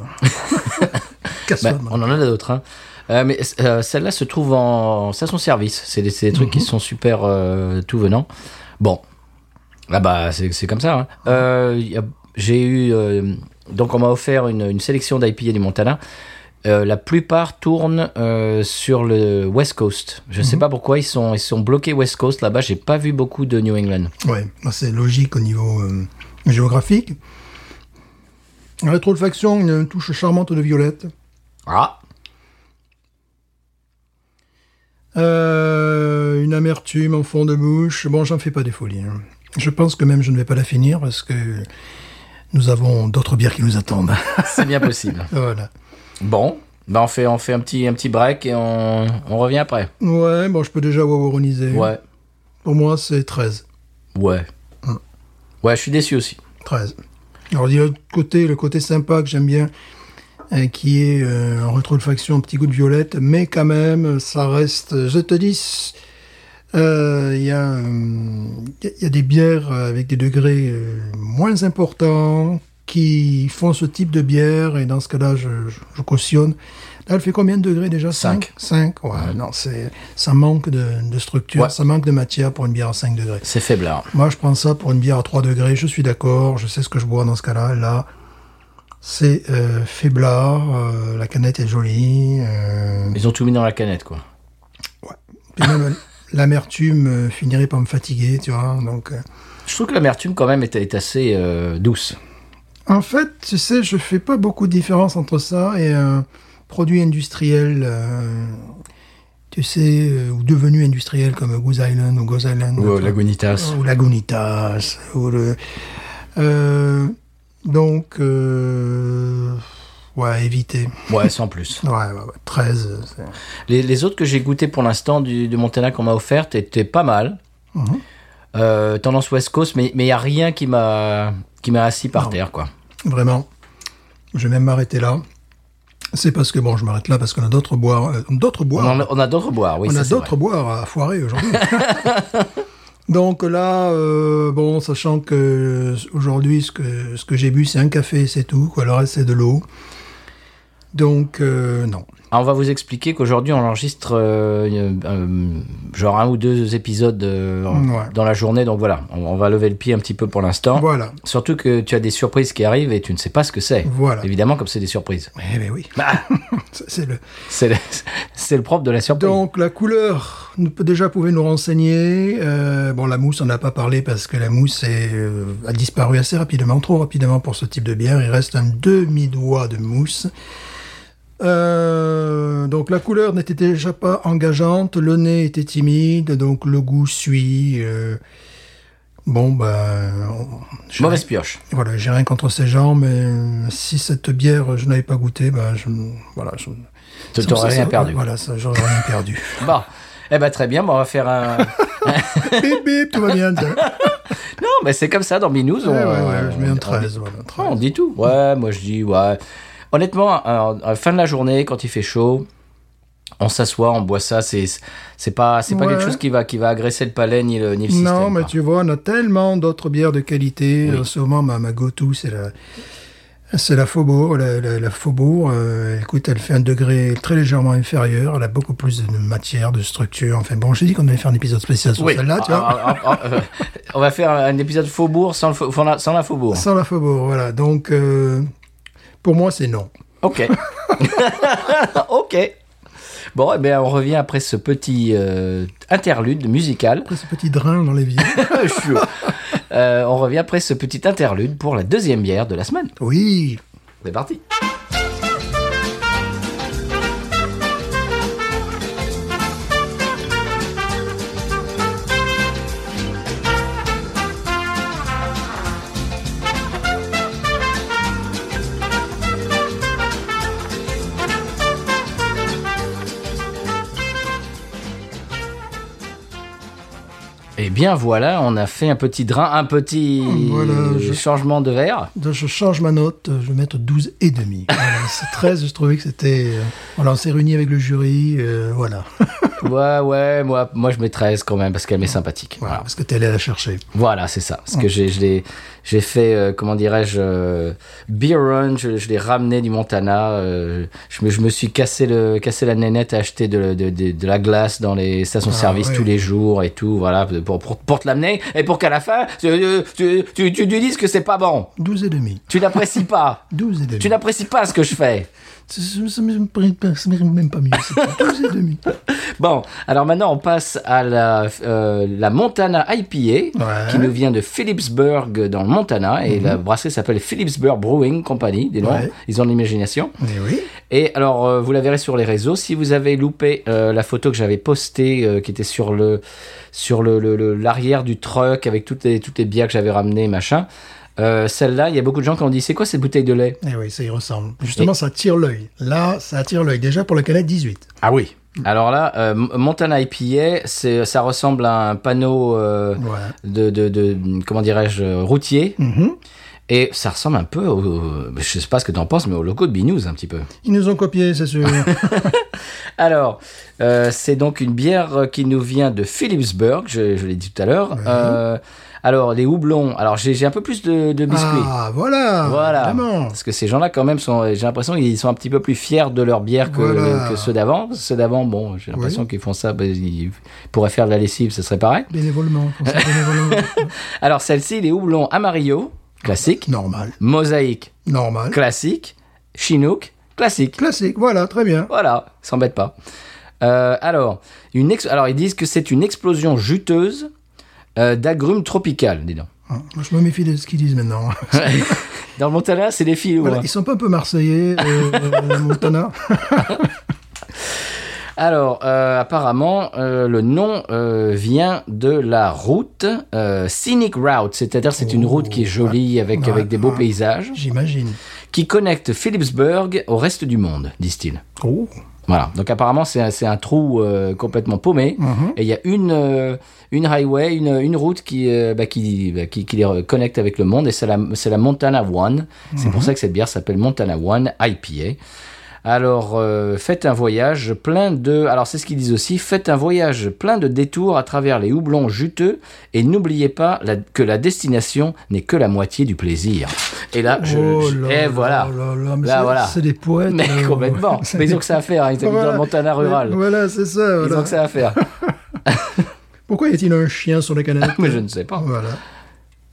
Speaker 2: Casse-toi.
Speaker 1: Bah, on en a d'autres. hein. Euh, mais euh, celle-là se trouve en station service. C'est des, c'est des trucs qui sont super euh, tout venant. Bon, ah bah c'est c'est comme ça. hein. Euh, Il y a J'ai eu. euh, donc, on m'a offert une, une sélection d'IPA du Montana. Euh, la plupart tournent euh, sur le West Coast. Je ne sais pas pourquoi ils sont, ils sont bloqués West Coast là-bas. J'ai pas vu beaucoup de New England.
Speaker 2: Ouais, bah, c'est logique au niveau euh, géographique. Rétro-olfaction, une touche charmante de violette.
Speaker 1: Ah,
Speaker 2: Euh, une amertume en fond de bouche. Bon, j'en fais pas des folies. hein. Je pense que même je ne vais pas la finir parce que nous avons d'autres bières qui nous attendent.
Speaker 1: c'est bien possible.
Speaker 2: voilà.
Speaker 1: Bon, ben on fait, on fait un petit, un petit break et on, on revient après.
Speaker 2: Ouais, bon, je peux déjà wawaroniser.
Speaker 1: Ouais,
Speaker 2: Pour moi, c'est 13.
Speaker 1: ouais.
Speaker 2: Hum.
Speaker 1: Ouais, je suis déçu aussi.
Speaker 2: 13. Alors, il y a l'autre côté, le côté sympa que j'aime bien, euh, qui est euh, en rétro-olfaction, un petit goût de violette, mais quand même, ça reste, je te dis, euh, il y, a, euh, il y a des bières avec des degrés euh, moins importants qui font ce type de bière, et dans ce cas-là, je, je- je cautionne. Là, elle fait combien de degrés déjà
Speaker 1: Cinq.
Speaker 2: 5 ouais, non, c'est, ça manque de, de structure,
Speaker 1: Ouais.
Speaker 2: ça manque de matière pour une bière à 5 degrés.
Speaker 1: C'est faiblard.
Speaker 2: Moi, je prends ça pour une bière à 3 degrés, je suis d'accord, je sais ce que je bois dans ce cas-là. Là, c'est euh, faiblard, euh, la canette est jolie, euh,
Speaker 1: Ils ont tout mis dans la canette, quoi.
Speaker 2: puis même l'amertume euh, finirait par me fatiguer, tu vois. Donc, euh.
Speaker 1: Je trouve que l'amertume, quand même, est, est assez euh, douce.
Speaker 2: En fait, tu sais, je fais pas beaucoup de différence entre ça et un produit industriel, euh, tu sais, euh, ou devenu industriel comme Goose Island ou Goose Island.
Speaker 1: Ou
Speaker 2: tu vois.
Speaker 1: l'agonitas.
Speaker 2: ou l'agonitas, ou le. Euh, donc, euh, ouais, éviter.
Speaker 1: Ouais, sans plus.
Speaker 2: Ouais, ouais, ouais, 13. euh, c'est-
Speaker 1: Les, les autres que j'ai goûté pour l'instant du, du Montana qu'on m'a offerte étaient pas mal.
Speaker 2: Mhm.
Speaker 1: Euh, tendance West Coast, mais il mais n'y a rien qui m'a qui m'a assis par
Speaker 2: Non.
Speaker 1: terre, quoi.
Speaker 2: Vraiment. Je vais même m'arrêter là. C'est parce que, bon, je m'arrête là parce qu'on a d'autres boires. euh, d'autres
Speaker 1: On,
Speaker 2: boires.
Speaker 1: en a- on a d'autres boires, oui.
Speaker 2: on
Speaker 1: ça,
Speaker 2: a
Speaker 1: c'est vrai.
Speaker 2: d'autres boires à foirer aujourd'hui. Donc là, euh, bon, sachant que aujourd'hui, ce que, ce que j'ai bu, c'est un café, c'est tout. Quoi. Le reste, c'est de l'eau. Donc, euh, non.
Speaker 1: Ah, on va vous expliquer qu'aujourd'hui on enregistre euh, euh, euh, genre un ou deux épisodes euh, en-
Speaker 2: Ouais.
Speaker 1: dans la journée, donc voilà, on, on va lever le pied un petit peu pour l'instant.
Speaker 2: Voilà.
Speaker 1: Surtout que tu as des surprises qui arrivent et tu ne sais pas ce que c'est.
Speaker 2: Voilà.
Speaker 1: Évidemment, comme c'est des surprises.
Speaker 2: Eh ben oui. Ça, c'est le...
Speaker 1: C'est le, c'est le propre de la surprise.
Speaker 2: Donc la couleur, nous- déjà pouvez nous renseigner. Euh, bon, la mousse, on n'a pas parlé parce que la mousse est, euh, a disparu assez rapidement, trop rapidement pour ce type de bière. Il reste un demi-doigt de mousse. Euh, donc la couleur n'était déjà pas engageante, le nez était timide, donc le goût suit. euh, bon, ben... on- j'ai-
Speaker 1: Mauvaise pioche.
Speaker 2: voilà, j'ai rien contre ces gens, mais euh, si cette bière, je n'avais pas goûté, ben, je, voilà, je,
Speaker 1: Tu
Speaker 2: ça-
Speaker 1: n'aurais
Speaker 2: ça-
Speaker 1: rien perdu.
Speaker 2: Voilà, ça, j'aurais rien perdu.
Speaker 1: Bon, eh ben très bien, bon, on va faire un. non,
Speaker 2: bip, bip, tout va bien. tiens.
Speaker 1: mais c'est comme ça dans Binous.
Speaker 2: Ouais,
Speaker 1: on,
Speaker 2: ouais, ouais, je mets un
Speaker 1: Oh, on-
Speaker 2: 13. voilà, un
Speaker 1: on
Speaker 2: 13.
Speaker 1: dit tout. Ouais, moi je dis, ouais. Honnêtement, à à la fin de la journée, quand il fait chaud, on s'assoit, on boit ça. C'est c'est pas c'est pas
Speaker 2: Ouais.
Speaker 1: quelque chose qui va qui va agresser le palais ni le ni le système.
Speaker 2: non, mais
Speaker 1: quoi.
Speaker 2: tu vois, on a tellement d'autres bières de qualité.
Speaker 1: Oui.
Speaker 2: En ce moment, ma, ma go-to, c'est la. C'est la Faubourg. La, la- la Faubourg, euh, écoute, elle fait un degré très légèrement inférieur. Elle a beaucoup plus de matière, de structure. Enfin bon, j'ai dit qu'on allait faire un épisode spécial sur
Speaker 1: Oui.
Speaker 2: celle-là, tu vois.
Speaker 1: Ah, ah, ah, euh, on va faire un épisode faubourg sans le fau- sans la, sans la faubourg.
Speaker 2: Sans la Faubourg, voilà. Donc, euh, pour moi, c'est non.
Speaker 1: Ok. ok. Bon, eh bien, on revient après ce petit euh, interlude musical.
Speaker 2: Après ce petit drain dans l'évier.
Speaker 1: Chou. Euh, on revient après ce petit interlude pour la deuxième bière de la semaine.
Speaker 2: oui.
Speaker 1: C'est parti. Eh bien voilà, on a fait un petit drain, un petit
Speaker 2: Voilà, je-
Speaker 1: changement de verre.
Speaker 2: Donc, je change ma note, je vais mettre 12 et demi. Voilà, c'est 13, je trouvais que c'était... euh, voilà, on s'est réunis avec le jury, euh, voilà.
Speaker 1: Ouais, ouais, moi, moi je mets 13 quand même parce qu'elle m'est sympathique.
Speaker 2: Voilà,
Speaker 1: Voilà,
Speaker 2: parce que t'es allé la chercher.
Speaker 1: Voilà, c'est ça. Parce que j'ai, je l'ai- j'ai fait, euh, comment dirais-je, euh, Beer Run, je, je l'ai ramené du Montana. euh, je, me, je me suis cassé, le, cassé la nénette à acheter de, de, de- de la glace dans les stations-service
Speaker 2: Ah, ouais.
Speaker 1: tous les jours et tout, voilà, pour, pour, pour te l'amener et pour qu'à la fin, tu, tu, tu, tu, tu dises que c'est pas bon.
Speaker 2: 12 et demi.
Speaker 1: Tu n'apprécies pas.
Speaker 2: 12 et demi.
Speaker 1: Tu n'apprécies pas ce que je fais.
Speaker 2: Ça- Ça ça mérite même pas mieux. c'est tout. 12 et demi.
Speaker 1: Bon, alors maintenant on passe à la, euh, la Montana IPA
Speaker 2: Ouais.
Speaker 1: qui nous vient de Phillipsburg dans le Montana et la brasserie s'appelle Phillipsburg Brewing Company. Des noms,
Speaker 2: Ouais.
Speaker 1: ils ont de l'imagination.
Speaker 2: Eh oui.
Speaker 1: Et alors euh, vous la verrez sur les réseaux. Si vous avez loupé euh, la photo que j'avais postée euh, qui était sur le sur le- le le- l'arrière du truck avec toutes les toutes les bières que j'avais ramenées machin. euh, Celle-là, il y a beaucoup de gens qui ont dit c'est quoi cette bouteille de lait
Speaker 2: Eh oui, ça y ressemble. Justement, ça attire l'œil. Là, ça attire l'œil. Déjà pour la canette 18.
Speaker 1: Ah oui. Alors là, euh, M- Montana IPA, c'est- ça ressemble à un panneau euh,
Speaker 2: Ouais.
Speaker 1: de, de, de- comment dirais-je, euh, routier.
Speaker 2: Mhm.
Speaker 1: Et ça ressemble un peu, au, au- je sais pas ce que t'en penses, mais au logo de Binous un petit peu.
Speaker 2: Ils nous ont copié, c'est sûr.
Speaker 1: Alors, euh, c'est donc une bière euh, qui nous vient de Phillipsburg, je, je l'ai dit tout à l'heure. Euh, alors, les houblons, alors j'ai j'ai un peu plus de, de biscuits.
Speaker 2: ah, voilà.
Speaker 1: Voilà.
Speaker 2: Évidemment.
Speaker 1: Parce que ces gens-là, quand même, sont, j'ai l'impression qu'ils sont un petit peu plus fiers de leur bière que,
Speaker 2: Voilà.
Speaker 1: que ceux d'avant. Ceux d'avant, bon, j'ai l'impression qu'ils font ça, bah, ils pourraient faire de la lessive, ce serait pareil.
Speaker 2: Bénévolement. faut ça, bénévolement.
Speaker 1: Alors, celle-ci, les houblons Amarillo, classique.
Speaker 2: Normal.
Speaker 1: Mosaïque,
Speaker 2: Normal.
Speaker 1: classique. Chinook, classique.
Speaker 2: Classique. Voilà, très bien.
Speaker 1: Voilà, s'embête pas. Euh, alors, une ex- alors, ils disent que c'est une explosion juteuse euh, d'agrumes tropicales, dis donc.
Speaker 2: Hein, moi, je me méfie de ce qu'ils disent maintenant.
Speaker 1: Dans le Montana, c'est des filous.
Speaker 2: Voilà,
Speaker 1: hein.
Speaker 2: Ils sont pas un peu marseillais, euh, Montana
Speaker 1: Alors, euh, apparemment, euh, le nom euh, vient de la route euh, Scenic Route, c'est-à-dire c'est une
Speaker 2: Oh,
Speaker 1: route qui est jolie avec,
Speaker 2: ouais,
Speaker 1: avec des beaux
Speaker 2: ouais.
Speaker 1: paysages,
Speaker 2: J'imagine.
Speaker 1: qui connecte Phillipsburg au reste du monde, disent-ils.
Speaker 2: Oh.
Speaker 1: Voilà. Donc apparemment c'est un, c'est un trou euh, complètement paumé
Speaker 2: Mhm.
Speaker 1: et il y a une euh, une highway, une, une route qui, euh, bah, qui bah, qui qui les connecte avec le monde et c'est la c'est la Montana One. C'est
Speaker 2: Mhm.
Speaker 1: pour ça que cette bière s'appelle Montana One IPA. Alors euh, faites un voyage plein de alors c'est ce qu'ils disent aussi faites un voyage plein de détours à travers les houblons juteux et n'oubliez pas la- que la destination n'est que la moitié du plaisir. Et là je,
Speaker 2: Oh
Speaker 1: je-
Speaker 2: là
Speaker 1: eh, voilà.
Speaker 2: là là, mais
Speaker 1: Là,
Speaker 2: c'est-
Speaker 1: voilà.
Speaker 2: C'est des poètes.
Speaker 1: Mais
Speaker 2: là,
Speaker 1: complètement.
Speaker 2: ouais.
Speaker 1: Mais ils ont que ça à faire. hein. Ils habitent dans
Speaker 2: euh, Voilà.
Speaker 1: le Montana rural.
Speaker 2: Mais Voilà, c'est ça.
Speaker 1: Ils
Speaker 2: voilà.
Speaker 1: ont que ça à faire.
Speaker 2: Pourquoi y a-t-il un chien sur la canette
Speaker 1: Mais je ne sais pas.
Speaker 2: Voilà.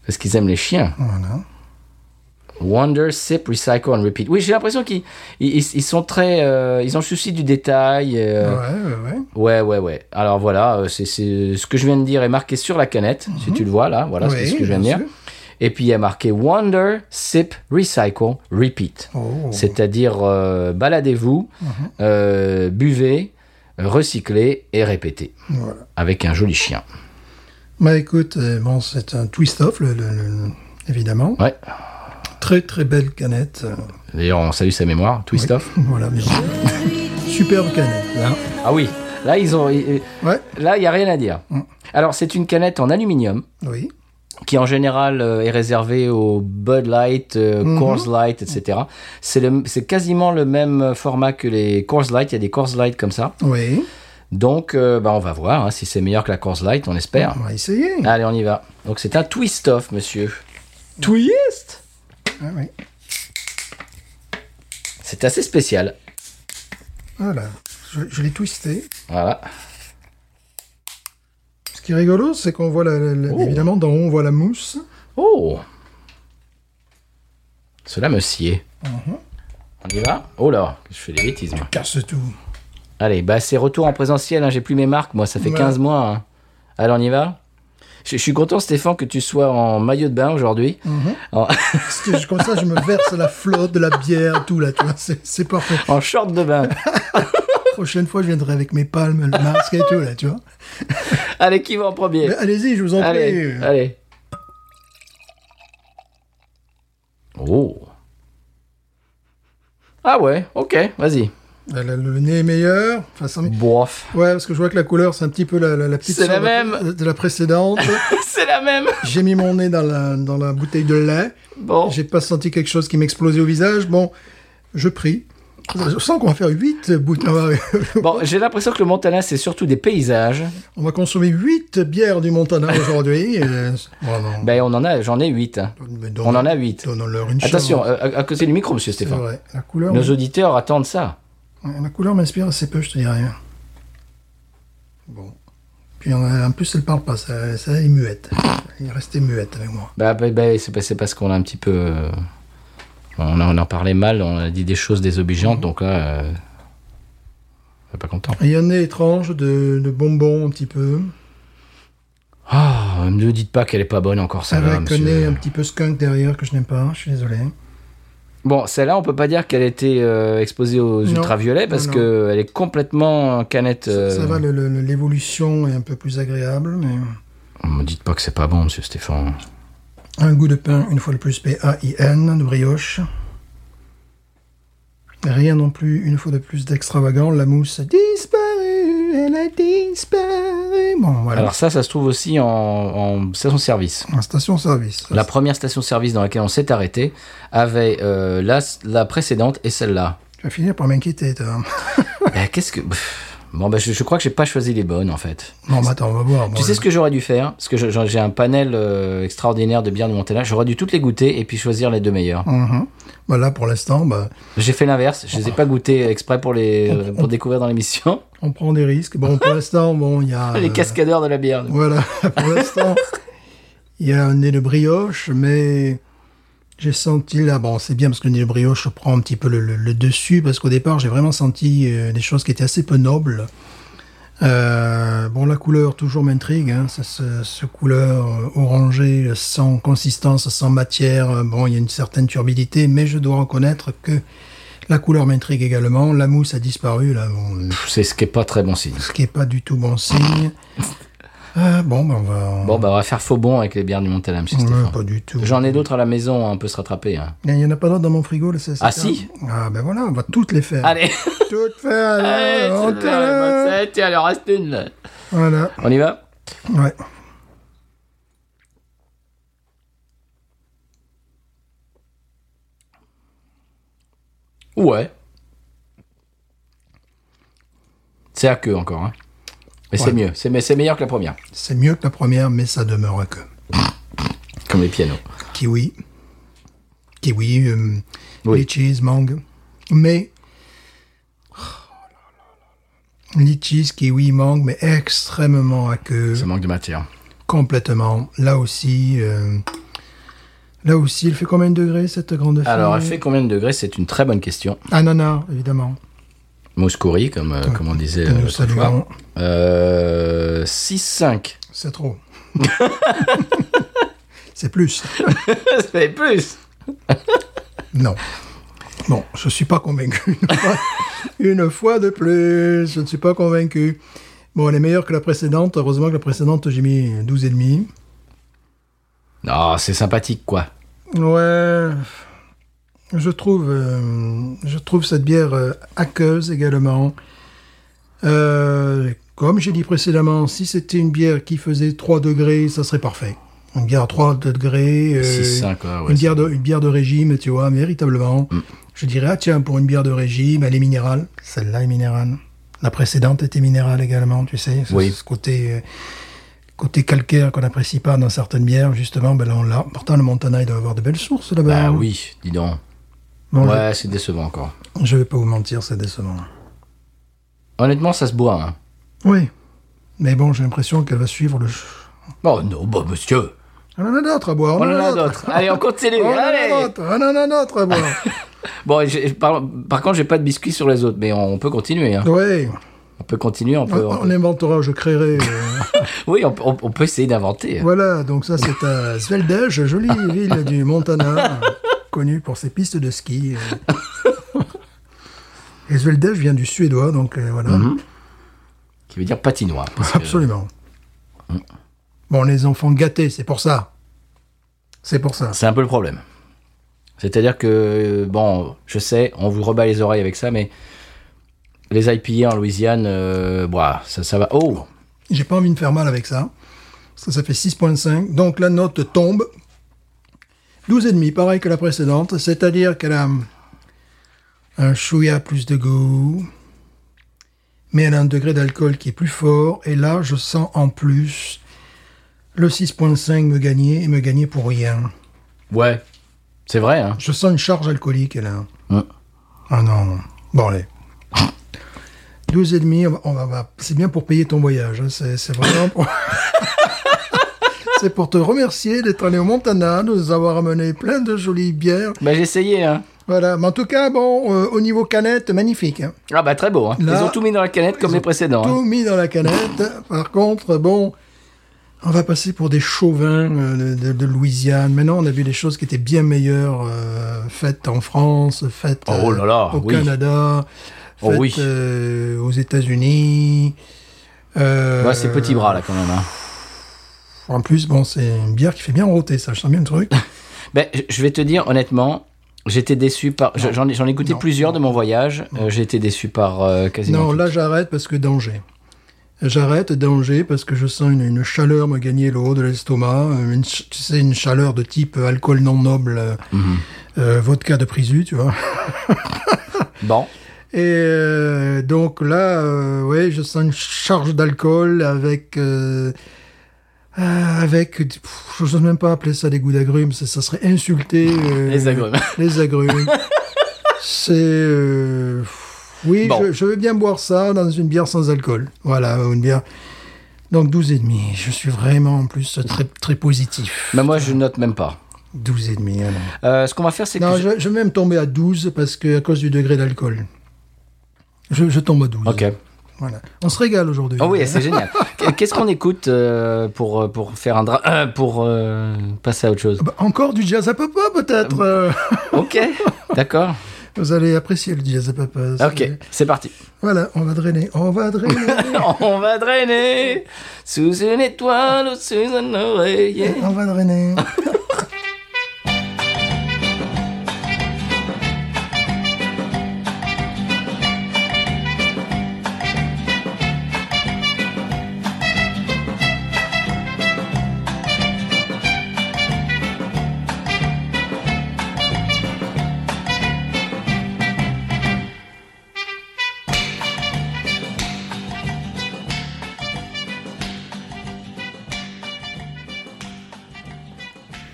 Speaker 1: Parce qu'ils aiment les chiens.
Speaker 2: Voilà.
Speaker 1: Wonder, sip, recycle and repeat. Oui, j'ai l'impression qu'ils ils, ils- ils sont très. euh, ils ont le souci du détail. euh,
Speaker 2: Ouais, ouais, ouais.
Speaker 1: ouais. ouais, ouais, Alors voilà, euh, c'est c'est- ce que je viens de dire est marqué sur la canette. Si tu le vois là, voilà c'est
Speaker 2: Mhm. Oui,
Speaker 1: ce que je viens de
Speaker 2: bien
Speaker 1: dire.
Speaker 2: sûr.
Speaker 1: Et puis il y a marqué Wonder, sip, recycle, repeat.
Speaker 2: Oh. Mhm.
Speaker 1: C'est-à-dire euh, baladez-vous, euh, buvez, recyclez et répétez.
Speaker 2: Voilà.
Speaker 1: Avec un joli chien.
Speaker 2: Bah écoute, euh, bon, c'est un twist-off, le, le- le- évidemment.
Speaker 1: Ouais.
Speaker 2: Très très belle canette. euh,
Speaker 1: D'ailleurs, on salue sa mémoire, Twist Off.
Speaker 2: Voilà, bien sûr. Superbe canette. là.
Speaker 1: Ah oui, là ils ont, ils-
Speaker 2: Ouais,
Speaker 1: là il y a rien à dire. Alors c'est une canette en aluminium
Speaker 2: oui.
Speaker 1: qui en général euh, est réservée aux Bud Light, euh, Coors Light, etc. C'est le, c'est quasiment le même euh, format que les Coors Light. Il y a des Coors Light comme ça.
Speaker 2: Oui.
Speaker 1: Donc euh, bah, on va voir hein, si c'est meilleur que la Coors Light, on espère.
Speaker 2: On va essayer.
Speaker 1: Allez, on y va. Donc c'est un twist off, monsieur. Twist.
Speaker 2: Ah, oui.
Speaker 1: C'est assez spécial.
Speaker 2: Voilà. Je, je l'ai twisté.
Speaker 1: Voilà.
Speaker 2: Ce qui est rigolo, c'est qu'on voit la, la- la-
Speaker 1: Oh.
Speaker 2: évidemment d'en haut, on voit la mousse.
Speaker 1: Oh Cela me sied. Mm-hmm. On y va Oh là, je fais des bêtises, moi.
Speaker 2: Casse tout.
Speaker 1: Allez, bah c'est retour en présentiel, hein, j'ai plus mes marques, moi, ça fait
Speaker 2: Ouais.
Speaker 1: 15 mois. hein. Allez, on y va je, je suis content, Stéphane, que tu sois en maillot de bain aujourd'hui. En,
Speaker 2: Parce que je- comme ça, je me verse la flotte, de la bière, tout là, tu vois. C'est c'est parfait.
Speaker 1: en short de bain.
Speaker 2: La prochaine fois, je viendrai avec mes palmes, le masque et tout là, tu vois.
Speaker 1: allez, qui va en premier
Speaker 2: Mais Allez-y, je vous en
Speaker 1: Allez, euh,
Speaker 2: prie.
Speaker 1: allez. Oh Ah ouais, ok, vas-y.
Speaker 2: Le, le- le nez est meilleur. Enfin, ça me-
Speaker 1: Bof.
Speaker 2: Ouais, parce que je vois que la couleur, c'est un petit peu la, la, la petite
Speaker 1: C'est la
Speaker 2: sœur de-
Speaker 1: même.
Speaker 2: de la précédente.
Speaker 1: c'est la même
Speaker 2: J'ai mis mon nez dans la, dans la bouteille de lait.
Speaker 1: Bon.
Speaker 2: J'ai pas senti quelque chose qui m'explosait au visage. Bon, je prie. Je sens qu'on va faire 8 bouteilles. On va,
Speaker 1: Bon, j'ai l'impression que le Montana, c'est surtout des paysages.
Speaker 2: on va consommer 8 bières du Montana aujourd'hui. euh, vraiment.
Speaker 1: Ben, on en a, j'en ai 8.
Speaker 2: Mais
Speaker 1: On en a 8.
Speaker 2: Donnons-leur une chance.
Speaker 1: Attention, euh, à, à côté du micro, monsieur
Speaker 2: C'est
Speaker 1: Stéphane.
Speaker 2: vrai. La couleur,
Speaker 1: Nos auditeurs attendent ça.
Speaker 2: la couleur m'inspire assez peu, je te dirais. Bon. Puis en, en plus, elle parle pas. Ça, ça, elle est muette. Elle est restée muette avec moi.
Speaker 1: Bah, bah, bah, c'est pas- c'est parce qu'on a un petit peu. euh, on, a- on en parlait mal, on a dit des choses désobligeantes, donc là. euh, on est pas content.
Speaker 2: Il y a un nez étrange de, de bonbons un petit peu.
Speaker 1: Ah, ne me dites pas qu'elle est pas bonne encore, ça va,
Speaker 2: avec un nez
Speaker 1: monsieur.
Speaker 2: un petit peu skunk derrière que je n'aime pas. Je suis désolé.
Speaker 1: Bon, celle-là, on peut pas dire qu'elle a été euh, exposée aux
Speaker 2: Non.
Speaker 1: ultraviolets parce
Speaker 2: Non, non.
Speaker 1: que elle est complètement canette. euh,
Speaker 2: Ça va, le- le- le- l'évolution est un peu plus agréable. Mais...
Speaker 1: Me dites pas que c'est pas bon, monsieur Stéphane.
Speaker 2: Un goût de pain, une fois de plus, P-A-I-N, de brioche. Rien non plus, une fois de plus, d'extravagant. La mousse a disparu, elle a disparu. Bon, voilà.
Speaker 1: Alors ça, ça se trouve aussi en, en station-service.
Speaker 2: en station-service.
Speaker 1: La première station-service dans laquelle on s'est arrêté avait euh, la, la précédente et celle-là.
Speaker 2: Tu vas finir par m'inquiéter, toi.
Speaker 1: Ben, Qu'est-ce que... Pff. Bon, ben, je, je crois que j'ai pas choisi les bonnes, en fait.
Speaker 2: Non, mais attends, on va voir.
Speaker 1: Tu sais ce que j'aurais dû faire Parce que je- je- j'ai un panel euh, extraordinaire de bières de Montana. J'aurais dû toutes les goûter et puis choisir les deux meilleures.
Speaker 2: Mhm. Là, pour l'instant, bah,
Speaker 1: J'ai fait l'inverse. Je les ai pas goûtées exprès pour
Speaker 2: Oh.
Speaker 1: les euh, pour découvrir dans l'émission.
Speaker 2: on prend des risques. Bon, pour l'instant, bon, il y a...
Speaker 1: Les
Speaker 2: euh,
Speaker 1: cascadeurs de la bière.
Speaker 2: Voilà, pour l'instant, il y a un nez de brioche, mais j'ai senti là, bon, c'est bien parce que le nez de brioche prend un petit peu le, le- le dessus, parce qu'au départ, j'ai vraiment senti euh, des choses qui étaient assez peu nobles. Euh, bon, la couleur toujours m'intrigue, hein, c'est ce, ce couleur euh, orangée, euh, sans consistance, sans matière. euh, Bon, il y a une certaine turbidité, mais je dois reconnaître que la couleur m'intrigue également. La mousse a disparu, là, bon, euh,
Speaker 1: Pff, C'est ce qui est pas très bon signe.
Speaker 2: ce qui est pas du tout bon signe. Euh, bon, ben, on va. on-
Speaker 1: Bon, bah, on va faire faux bon avec les bières du Montana, monsieur
Speaker 2: Ouais,
Speaker 1: Stéphane.
Speaker 2: pas du tout.
Speaker 1: J'en ai d'autres à la maison, hein, on peut se rattraper. hein.
Speaker 2: Il n'y en a pas d'autres dans mon frigo, là, c'est c'est
Speaker 1: Ah,
Speaker 2: ça
Speaker 1: si
Speaker 2: Ah ben voilà, on va toutes les faire.
Speaker 1: Allez,
Speaker 2: Toutes faire
Speaker 1: allez,
Speaker 2: là, on
Speaker 1: c'est
Speaker 2: t'a-
Speaker 1: la recette, tiens, il en reste une.
Speaker 2: Voilà,
Speaker 1: Oh, On y va
Speaker 2: ouais.
Speaker 1: Ouais. C'est à queue encore. Hein. Mais
Speaker 2: Ouais.
Speaker 1: c'est mieux, c'est mais c'est meilleur que la première.
Speaker 2: C'est mieux que la première, mais ça demeure que.
Speaker 1: Comme les pianos.
Speaker 2: Kiwi. Kiwi, euh,
Speaker 1: Oui.
Speaker 2: litchis, mangue. Mais... oh Litchis, kiwi, mangue, mais extrêmement aqueux.
Speaker 1: Ça manque de matière.
Speaker 2: Complètement. Là aussi... euh, Là aussi, il fait combien de degrés, cette grande feuille
Speaker 1: Alors, elle fait combien de degrés C'est une très bonne question.
Speaker 2: Ananas, évidemment.
Speaker 1: Mouscouri, comme, euh, comme on disait
Speaker 2: que
Speaker 1: euh,
Speaker 2: nous
Speaker 1: l'autre
Speaker 2: saluons.
Speaker 1: fois. Euh, 6-5.
Speaker 2: C'est trop. c'est plus.
Speaker 1: Ça fait plus
Speaker 2: Non. Bon, je ne suis pas convaincu. Une fois, une fois de plus, je ne suis pas convaincu. Bon, elle est meilleure que la précédente. Heureusement que la précédente, j'ai mis 12,5.
Speaker 1: Non, c'est sympathique, quoi.
Speaker 2: Ouais. Je trouve, euh, je trouve cette bière euh, aqueuse également. Euh, comme j'ai dit précédemment, si c'était une bière qui faisait 3 degrés, ça serait parfait. Une bière à 3 degrés. euh,
Speaker 1: 6-5, ouais, ouais,
Speaker 2: une,
Speaker 1: c'est- Mm.
Speaker 2: bière de, une bière de régime, tu vois, véritablement. Je dirais, ah tiens, pour une bière de régime, elle est minérale. Celle-là est minérale. La précédente était minérale également, tu sais. Ce-
Speaker 1: Oui.
Speaker 2: Ce côté, euh, côté calcaire qu'on n'apprécie pas dans certaines bières, justement, ben là on l'a. Pourtant, le Montana, il doit avoir de belles sources là-bas. hein.
Speaker 1: Bah oui, dis donc.
Speaker 2: Bon, je-
Speaker 1: Ouais, c'est décevant encore.
Speaker 2: Je vais pas vous mentir, c'est décevant.
Speaker 1: Honnêtement, ça se boit. Hein.
Speaker 2: Oui. Mais bon, j'ai l'impression qu'elle va suivre le... ch-
Speaker 1: Oh non, bah monsieur.
Speaker 2: On en a d'autres à boire.
Speaker 1: On en a d'autres. Allez, on continue.
Speaker 2: On en a
Speaker 1: Allez.
Speaker 2: d'autres. On en a d'autres à boire.
Speaker 1: Bon, j'ai- par, par contre, j'ai pas de biscuits sur les autres, mais on, peut continuer. hein.
Speaker 2: oui.
Speaker 1: On peut continuer, on
Speaker 2: On,
Speaker 1: peut. on-
Speaker 2: on inventera, je créerai. euh,
Speaker 1: Oui, on, on- on peut essayer d'inventer. hein.
Speaker 2: Voilà, donc ça c'est à Sveldesh, jolie ville du Montana, euh, connue pour ses pistes de ski. euh. Et Sveldesh vient du suédois, donc euh, voilà.
Speaker 1: Qui veut dire patinoire. parce que-
Speaker 2: Absolument. Bon, les enfants gâtés, c'est pour ça. C'est pour ça.
Speaker 1: C'est un peu le problème. C'est-à-dire que, euh, bon, je sais, on vous rebat les oreilles avec ça, mais les IPA en Louisiane, euh, bah, ça, ça va. Oh
Speaker 2: J'ai pas envie de faire mal avec ça. Ça, ça fait 6.5. Donc la note tombe. 12,5, pareil que la précédente. C'est-à-dire qu'elle a un chouïa plus de goût, mais elle a un degré d'alcool qui est plus fort. Et là, je sens en plus le 6.5 me gagner et me gagner pour rien.
Speaker 1: Ouais. C'est vrai, hein.
Speaker 2: Je sens une charge alcoolique là.
Speaker 1: Ouais.
Speaker 2: Ah non. Bon allez. Deux et demi, on va, on va- on va- c'est bien pour payer ton voyage. hein, C'est, c'est vraiment pour... c'est pour te remercier d'être allé au Montana, de nous avoir amené plein de jolies bières.
Speaker 1: Bah, j'ai essayé, hein.
Speaker 2: Voilà. Mais en tout cas, bon, euh, au niveau canette, magnifique. hein.
Speaker 1: Ah, bah, très beau, hein.
Speaker 2: Là,
Speaker 1: ils ont tout mis dans la canette comme les précédents. hein.
Speaker 2: Tout mis dans la canette. Par contre, bon, on va passer pour des chauvins euh, de, de- de Louisiane. Maintenant, on a vu des choses qui étaient bien meilleures euh, faites en France, faites euh,
Speaker 1: Oh là là,
Speaker 2: au
Speaker 1: oui.
Speaker 2: Canada, faites
Speaker 1: Oh oui.
Speaker 2: euh, aux États-Unis. Euh,
Speaker 1: Ouais, Bah, c'est petit bras, là, quand même, hein.
Speaker 2: En plus, bon, c'est une bière qui fait bien rôter, ça, je sens bien le truc.
Speaker 1: Ben, je- je vais te dire honnêtement, j'étais déçu par. je- J'en ai, j'en ai goûté
Speaker 2: Non.
Speaker 1: plusieurs de mon voyage. euh, j'ai été déçu par euh, quasiment.
Speaker 2: non,
Speaker 1: tout.
Speaker 2: là, j'arrête parce que danger. J'arrête danger parce que je sens une, une chaleur me gagner le haut de l'estomac. euh, une ch- Tu sais, une chaleur de type euh, alcool non noble, euh, euh, vodka de prisu, tu vois.
Speaker 1: Bon,
Speaker 2: Et euh, donc là, euh, ouais, je sens une charge d'alcool avec. euh, euh, avec. pff, je n'ose même pas appeler ça des goûts d'agrumes, ça, ça serait insulter. euh,
Speaker 1: les agrumes.
Speaker 2: les agrumes. C'est. euh, Oui,
Speaker 1: Bon.
Speaker 2: je, je veux bien boire ça dans une bière sans alcool. Voilà, une bière. Donc 12,5. Je suis vraiment en plus très, très positif.
Speaker 1: Mais moi, je note même pas.
Speaker 2: 12,5. alors.
Speaker 1: Euh, ce qu'on va faire, c'est
Speaker 2: Non,
Speaker 1: que.
Speaker 2: je, je vais même tomber à 12 parce que à cause du degré d'alcool. Je, je tombe à 12.
Speaker 1: Ok.
Speaker 2: Voilà. On se régale aujourd'hui. Hein.
Speaker 1: Oh oui, c'est génial. Qu- Qu'est-ce qu'on écoute euh, pour pour faire un dra- euh, pour euh, passer à autre chose
Speaker 2: Bah, encore du jazz à papa peut-être. euh.
Speaker 1: Ok, d'accord.
Speaker 2: Vous allez apprécier le jazz à papa. ça-
Speaker 1: Ok, c'est parti.
Speaker 2: Voilà, on va drainer. On va drainer.
Speaker 1: On va drainer sous une étoile ou sous un oreiller.
Speaker 2: on va drainer.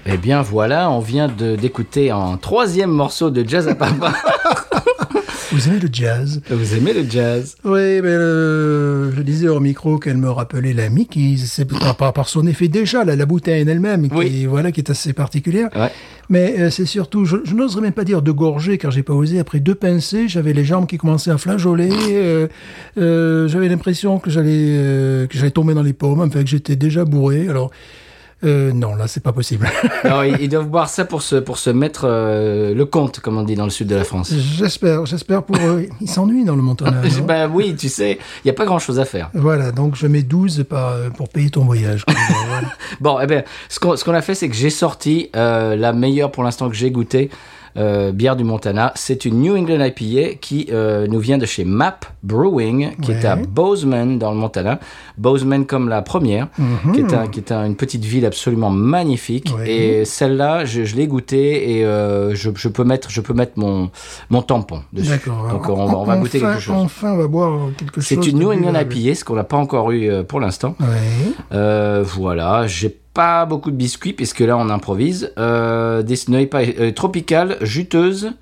Speaker 1: Eh bien voilà, on vient de d'écouter un troisième morceau de jazz à papa.
Speaker 2: Vous aimez le jazz
Speaker 1: Vous aimez le jazz
Speaker 2: Oui, mais euh, je disais hors micro qu'elle me rappelait la Mickey, c'est par, par- par son effet déjà, la, la bouteille en elle-même, qui,
Speaker 1: Oui.
Speaker 2: voilà, qui est assez particulière.
Speaker 1: Ouais.
Speaker 2: Mais euh, c'est surtout, je, je n'oserais même pas dire de gorger, car j'ai pas osé. Après deux pincées, j'avais les jambes qui commençaient à flageoler. euh, euh, j'avais l'impression que j'allais euh, que j'allais tomber dans les pommes, enfin que j'étais déjà bourré. Alors euh, non, là c'est pas possible.
Speaker 1: Alors, ils, ils doivent boire ça pour se, pour se mettre euh, le compte, comme on dit dans le sud de la France.
Speaker 2: j'espère, j'espère pour eux. Ils s'ennuient dans le Montana. non
Speaker 1: ben oui, tu sais, il n'y a pas grand chose à faire.
Speaker 2: Voilà, donc je mets 12 par, euh, pour payer ton voyage. Voilà.
Speaker 1: Bon, eh ben, ce qu'on ce qu'on a fait, c'est que j'ai sorti euh, la meilleure pour l'instant que j'ai goûtée. euh, bière du Montana, c'est une New England IPA qui euh, nous vient de chez Map Brewing, qui est à
Speaker 2: Ouais.
Speaker 1: Bozeman dans le Montana. Bozeman comme la première, qui est, un- qui est un- une petite ville absolument magnifique.
Speaker 2: Hmm. Ouais.
Speaker 1: Et celle-là, je, je l'ai goûtée et euh, je, je peux mettre, je peux mettre mon, mon tampon dessus.
Speaker 2: D'accord.
Speaker 1: Donc on, va- on va goûter
Speaker 2: enfin,
Speaker 1: quelque chose.
Speaker 2: Enfin, on va boire quelque chose.
Speaker 1: C'est une
Speaker 2: de
Speaker 1: New England
Speaker 2: buvable.
Speaker 1: IPA, ce qu'on n'a pas encore eu euh, pour l'instant.
Speaker 2: Ouais.
Speaker 1: Euh, voilà, j'ai pas beaucoup de biscuits puisque là on improvise. Euh, des noyaux pa- euh, tropicales, juteuses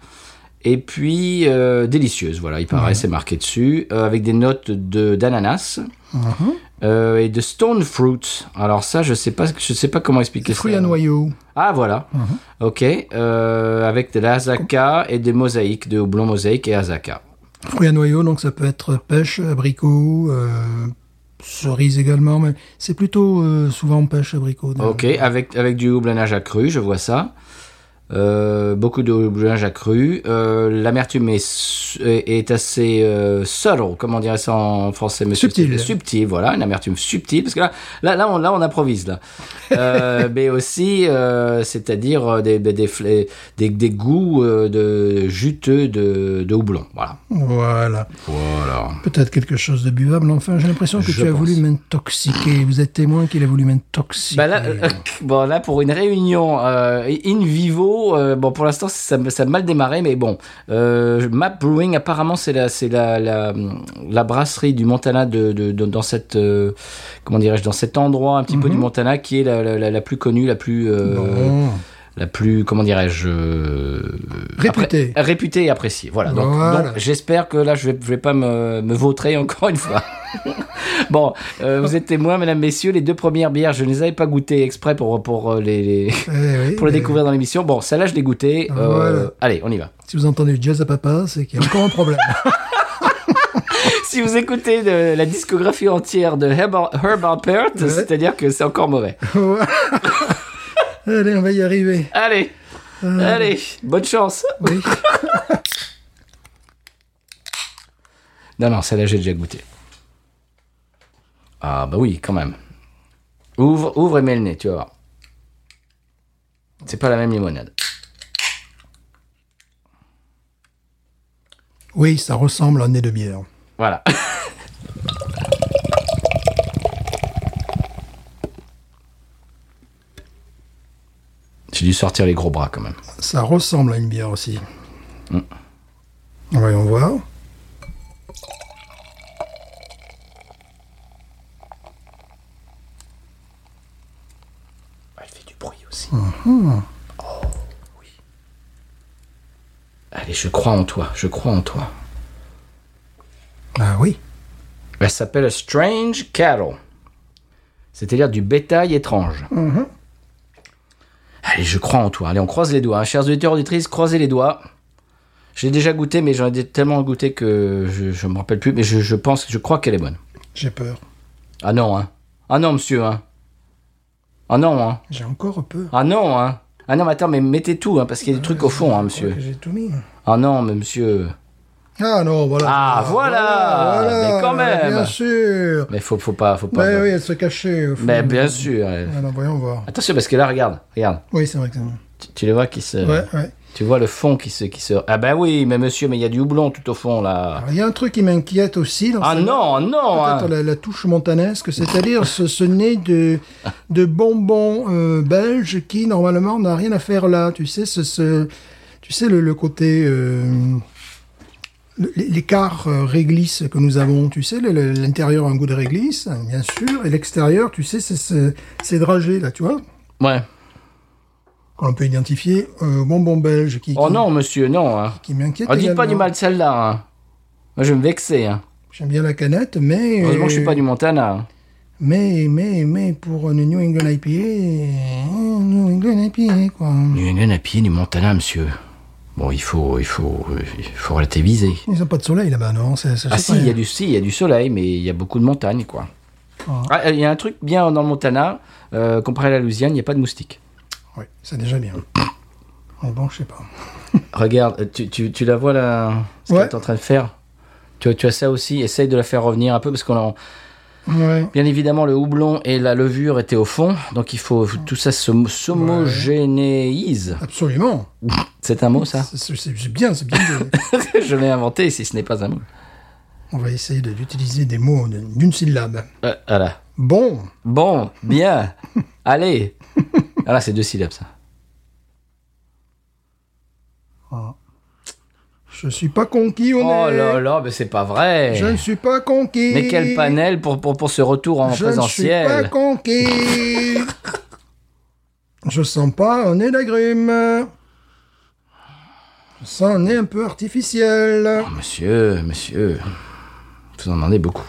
Speaker 1: et puis euh, délicieuses. Voilà, il paraît, c'est marqué dessus, euh, avec des notes de d'ananas.
Speaker 2: Mhm.
Speaker 1: euh, et de stone fruit. Alors ça, je sais pas, je sais pas comment expliquer
Speaker 2: Fruits
Speaker 1: ça.
Speaker 2: à Mhm. noyau.
Speaker 1: Ah voilà. Ok. euh, avec de l'azaka et des mosaïques, de houblon mosaïque et azaka.
Speaker 2: Fruits à noyau, donc ça peut être pêche, abricot, euh, cerise également, mais c'est plutôt euh, souvent pêche, abricot. dans-
Speaker 1: Ok, avec, avec du houblonnage accru, je vois ça. Euh, beaucoup de houblonnage accru. Euh, L'amertume est, su- est est assez euh, subtle, comment on dirait ça en français monsieur
Speaker 2: Subtil.
Speaker 1: Subtil, voilà, une amertume subtile, parce que là, là, là, on, là, on improvise, là. Euh, mais aussi, euh, c'est-à-dire euh, des, des, des, fla- des, des goûts euh, de juteux de, de houblon, voilà.
Speaker 2: Voilà.
Speaker 1: Voilà.
Speaker 2: Peut-être quelque chose de buvable. Enfin, j'ai l'impression que
Speaker 1: Je
Speaker 2: tu as
Speaker 1: pense.
Speaker 2: voulu m'intoxiquer. Vous
Speaker 1: euh,
Speaker 2: êtes témoin qu'il a voulu m'intoxiquer.
Speaker 1: Bah là, bon, là, pour une réunion euh, in vivo, Bordeaux, euh, bon, pour l'instant, ça, ça a mal démarré, mais bon. Euh, Map Brewing, apparemment, c'est la, c'est la, la, la brasserie du Montana de, de- de- dans cette, euh, comment dirais-je, dans cet endroit un petit peu du Montana qui est la, la, la- la plus connue, la plus, euh,
Speaker 2: Bon.
Speaker 1: la plus, comment dirais-je, euh,
Speaker 2: Réputée.
Speaker 1: appré- réputée et appréciée. Voilà. Donc,
Speaker 2: Voilà.
Speaker 1: donc, j'espère que là, je vais, je vais pas me, me vautrer encore une fois. bon, euh, vous êtes témoins, mesdames, messieurs, les deux premières bières, je ne les avais pas goûtées exprès pour, pour euh, les- les
Speaker 2: Eh oui,
Speaker 1: pour le
Speaker 2: mais
Speaker 1: découvrir dans l'émission. Bon, celle-là, je l'ai goûtée. Euh,
Speaker 2: Voilà.
Speaker 1: Allez, on y va.
Speaker 2: Si vous entendez du jazz à papa, c'est qu'il y a encore un problème.
Speaker 1: si vous écoutez de- la discographie entière de Herbert, Herbert Peart, c'est-à-dire que c'est encore mauvais.
Speaker 2: Allez, on va y arriver.
Speaker 1: Allez, allez, Euh, bonne chance.
Speaker 2: Oui.
Speaker 1: Non, non, celle-là, j'ai déjà goûté. Ah, bah oui, quand même. Ouvre, ouvre et mets le nez, tu vas voir. C'est pas la même limonade.
Speaker 2: Oui, ça ressemble à un nez de bière.
Speaker 1: Voilà. J'ai dû sortir les gros bras quand même.
Speaker 2: Ça ressemble à une bière aussi.
Speaker 1: Mm.
Speaker 2: Voyons voir.
Speaker 1: Elle fait du bruit aussi. Oh, oui. Allez, je crois en toi, je crois en toi.
Speaker 2: Ah oui.
Speaker 1: Elle s'appelle Strange Cattle. C'est-à-dire du bétail étrange. Allez, je crois en toi. Allez, on croise les doigts. hein. Chers auditeurs, auditrices, croisez les doigts. Je l'ai déjà goûté, mais j'en ai tellement goûté que je ne me rappelle plus. Mais je, je pense, je crois qu'elle est bonne.
Speaker 2: J'ai peur.
Speaker 1: Ah non, hein. Ah non, monsieur, hein. Ah non, hein.
Speaker 2: J'ai encore peur.
Speaker 1: Ah non, hein. Ah non, mais attends, mais mettez tout, hein, parce qu'il y a des trucs au fond, hein, monsieur.
Speaker 2: J'ai tout mis.
Speaker 1: Ah non, mais monsieur.
Speaker 2: Ah non, voilà.
Speaker 1: Ah, voilà. Mais quand même.
Speaker 2: Bien sûr.
Speaker 1: Mais faut, faut pas, faut pas.
Speaker 2: Mais oui, elle se cachait. au fond.
Speaker 1: Mais bien sûr. euh.
Speaker 2: Alors, voyons voir.
Speaker 1: Attention, parce que là, regarde, regarde.
Speaker 2: Oui, c'est vrai que c'est...
Speaker 1: Tu, tu le vois qui se.
Speaker 2: Ouais, ouais.
Speaker 1: Tu vois le fond qui se, qui se. Ah ben oui, mais monsieur, mais il y a du houblon tout au fond là.
Speaker 2: Alors, il y a un truc qui m'inquiète aussi. dans
Speaker 1: Ah
Speaker 2: cette-
Speaker 1: non, non.
Speaker 2: Peut-être
Speaker 1: hein.
Speaker 2: la, la touche montanesque, c'est-à-dire ce, ce nez de, de bonbons euh, belges qui normalement n'a rien à faire là. Tu sais, ce, ce- tu sais le, le côté euh, le- l'écart euh, réglisse que nous avons. Tu sais, le- le- l'intérieur a un goût de réglisse, hein, bien sûr, et l'extérieur, tu sais, c'est ce- ces dragées là, tu vois,
Speaker 1: Ouais.
Speaker 2: qu'on peut identifier euh, bonbons belges qui,
Speaker 1: Oh
Speaker 2: qui,
Speaker 1: non, monsieur, non. Hein.
Speaker 2: qui m'inquiète.
Speaker 1: Ah, dites pas du
Speaker 2: également.
Speaker 1: mal de celle-là. hein. Moi, je vais me vexer. Hein.
Speaker 2: J'aime bien la canette, mais
Speaker 1: Heureusement que je suis pas
Speaker 2: euh,
Speaker 1: du Montana. hein.
Speaker 2: Mais, mais, mais, pour une New England IPA, euh, New England IPA, quoi.
Speaker 1: New England à pied du Montana, monsieur. Bon, il faut, il faut, euh, il faut relativiser.
Speaker 2: Ils n'ont pas de soleil là-bas, non c'est, c'est-
Speaker 1: Ah
Speaker 2: je
Speaker 1: si,
Speaker 2: sais pas.
Speaker 1: il y a du si, il y a du soleil, mais il y a beaucoup de montagnes, quoi.
Speaker 2: Ah.
Speaker 1: Ah, il y a un truc bien dans le Montana, euh, comparé à la Louisiane, il n'y a pas de moustiques.
Speaker 2: Oui, c'est déjà bien. Mais bon, je sais pas.
Speaker 1: Regarde, euh, tu, tu, tu la vois là, ce
Speaker 2: Ouais.
Speaker 1: qu'elle est en train de faire tu, tu as ça aussi, essaye de la faire revenir un peu, parce qu'on a-
Speaker 2: Ouais.
Speaker 1: Bien évidemment, le houblon et la levure étaient au fond, donc il faut tout ça s'hom- s'homogénéise.
Speaker 2: Absolument.
Speaker 1: C'est un mot, ça
Speaker 2: C'est, c'est- c'est bien, c'est bien. de-
Speaker 1: Je l'ai inventé, si ce n'est pas un mot.
Speaker 2: On va essayer de- d'utiliser des mots de- d'une syllabe.
Speaker 1: Euh, voilà.
Speaker 2: Bon.
Speaker 1: Bon, bien, allez. Ah là, c'est deux syllabes, ça.
Speaker 2: Je suis pas conquis, on
Speaker 1: Oh là là, mais c'est pas vrai.
Speaker 2: Je ne suis pas conquis.
Speaker 1: Mais quel panel pour, pour, pour ce retour en
Speaker 2: Je ne suis pas
Speaker 1: présentiel.
Speaker 2: conquis. Je sens pas un nez d'agrumes. Je sens un nez un peu artificiel.
Speaker 1: Ah, Monsieur, monsieur, vous en demandez beaucoup.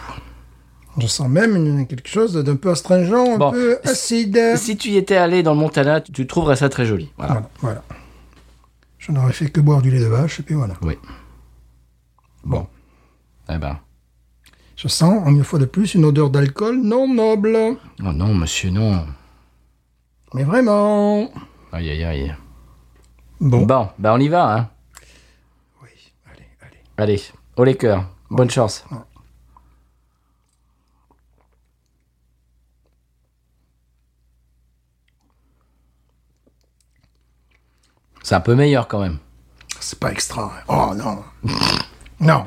Speaker 2: Je sens même une- quelque chose d'un peu astringent, un
Speaker 1: Bon,
Speaker 2: peu acide.
Speaker 1: Si tu y étais allé dans le Montana, tu- tu trouverais ça très joli. Voilà.
Speaker 2: Voilà, voilà. Je n'aurais fait que boire du lait de vache, et puis voilà.
Speaker 1: Oui. Bon. Eh ben.
Speaker 2: Je sens, une fois de plus, une odeur d'alcool non noble.
Speaker 1: Oh non, monsieur, non.
Speaker 2: Mais vraiment.
Speaker 1: Aïe, aïe, aïe.
Speaker 2: Bon.
Speaker 1: Bon, ben on y va, hein.
Speaker 2: Oui, allez, allez.
Speaker 1: Allez, au les cœurs. Bonne chance. C'est un peu meilleur quand même.
Speaker 2: C'est pas extra. hein. Oh non. non.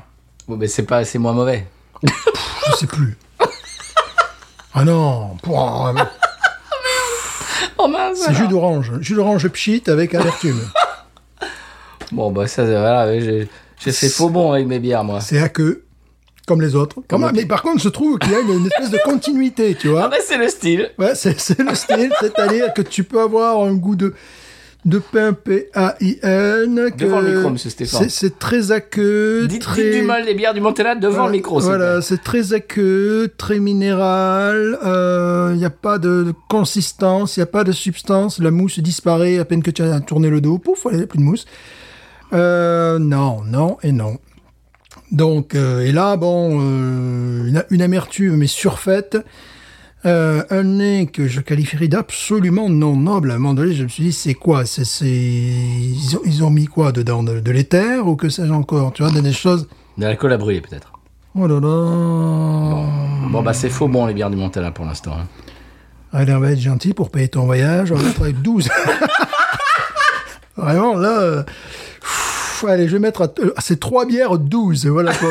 Speaker 1: Bon, mais c'est pas, c'est moins mauvais.
Speaker 2: Je sais plus. Ah non, pouah,
Speaker 1: Oh mince
Speaker 2: c'est jus d'orange, jus d'orange pchit avec amertume.
Speaker 1: Bon, bah ça, euh, voilà, j'ai j'ai fait faux bon avec mes bières, moi.
Speaker 2: C'est à queue, comme les autres.
Speaker 1: Comme
Speaker 2: Comme- mais par contre, je trouve qu'il y a une, une espèce de continuité, tu vois.
Speaker 1: Ah, bah c'est le style.
Speaker 2: Ouais, c'est c'est le style, c'est-à-dire que tu peux avoir un goût de de pain P-A-I-N. que-
Speaker 1: Devant le micro, monsieur Stéphane.
Speaker 2: c'est- C'est très aqueux,
Speaker 1: Dites,
Speaker 2: très...
Speaker 1: dites du mal des bières du Montella devant
Speaker 2: Voilà,
Speaker 1: le micro. s'il vous
Speaker 2: Euh, Voilà, c'est très aqueux, très minéral, il n'y a pas de, de consistance, il n'y a pas de substance, la mousse disparaît à peine que tu as tourné le dos, pouf, il n'y a plus de mousse. Euh, non, non et non. Donc, euh, et là, bon, euh, une, une amertume, mais surfaite. Euh, un nez que je qualifierais d'absolument non noble. À un moment donné, je me suis dit, c'est quoi c'est, c'est... Ils, ont, ils ont mis quoi dedans De, de l'éther ou que sais-je encore Tu vois, des- des choses...
Speaker 1: plaît. De l'alcool à brûler, peut-être.
Speaker 2: Oh là là
Speaker 1: Bon, bah c'est faux bon, les bières du Montella pour l'instant. hein.
Speaker 2: Allez, on va être gentil pour payer ton voyage, on va être avec 12. Vraiment, là... euh, pff, allez, je vais mettre à, euh, à ces trois bières 12, voilà quoi.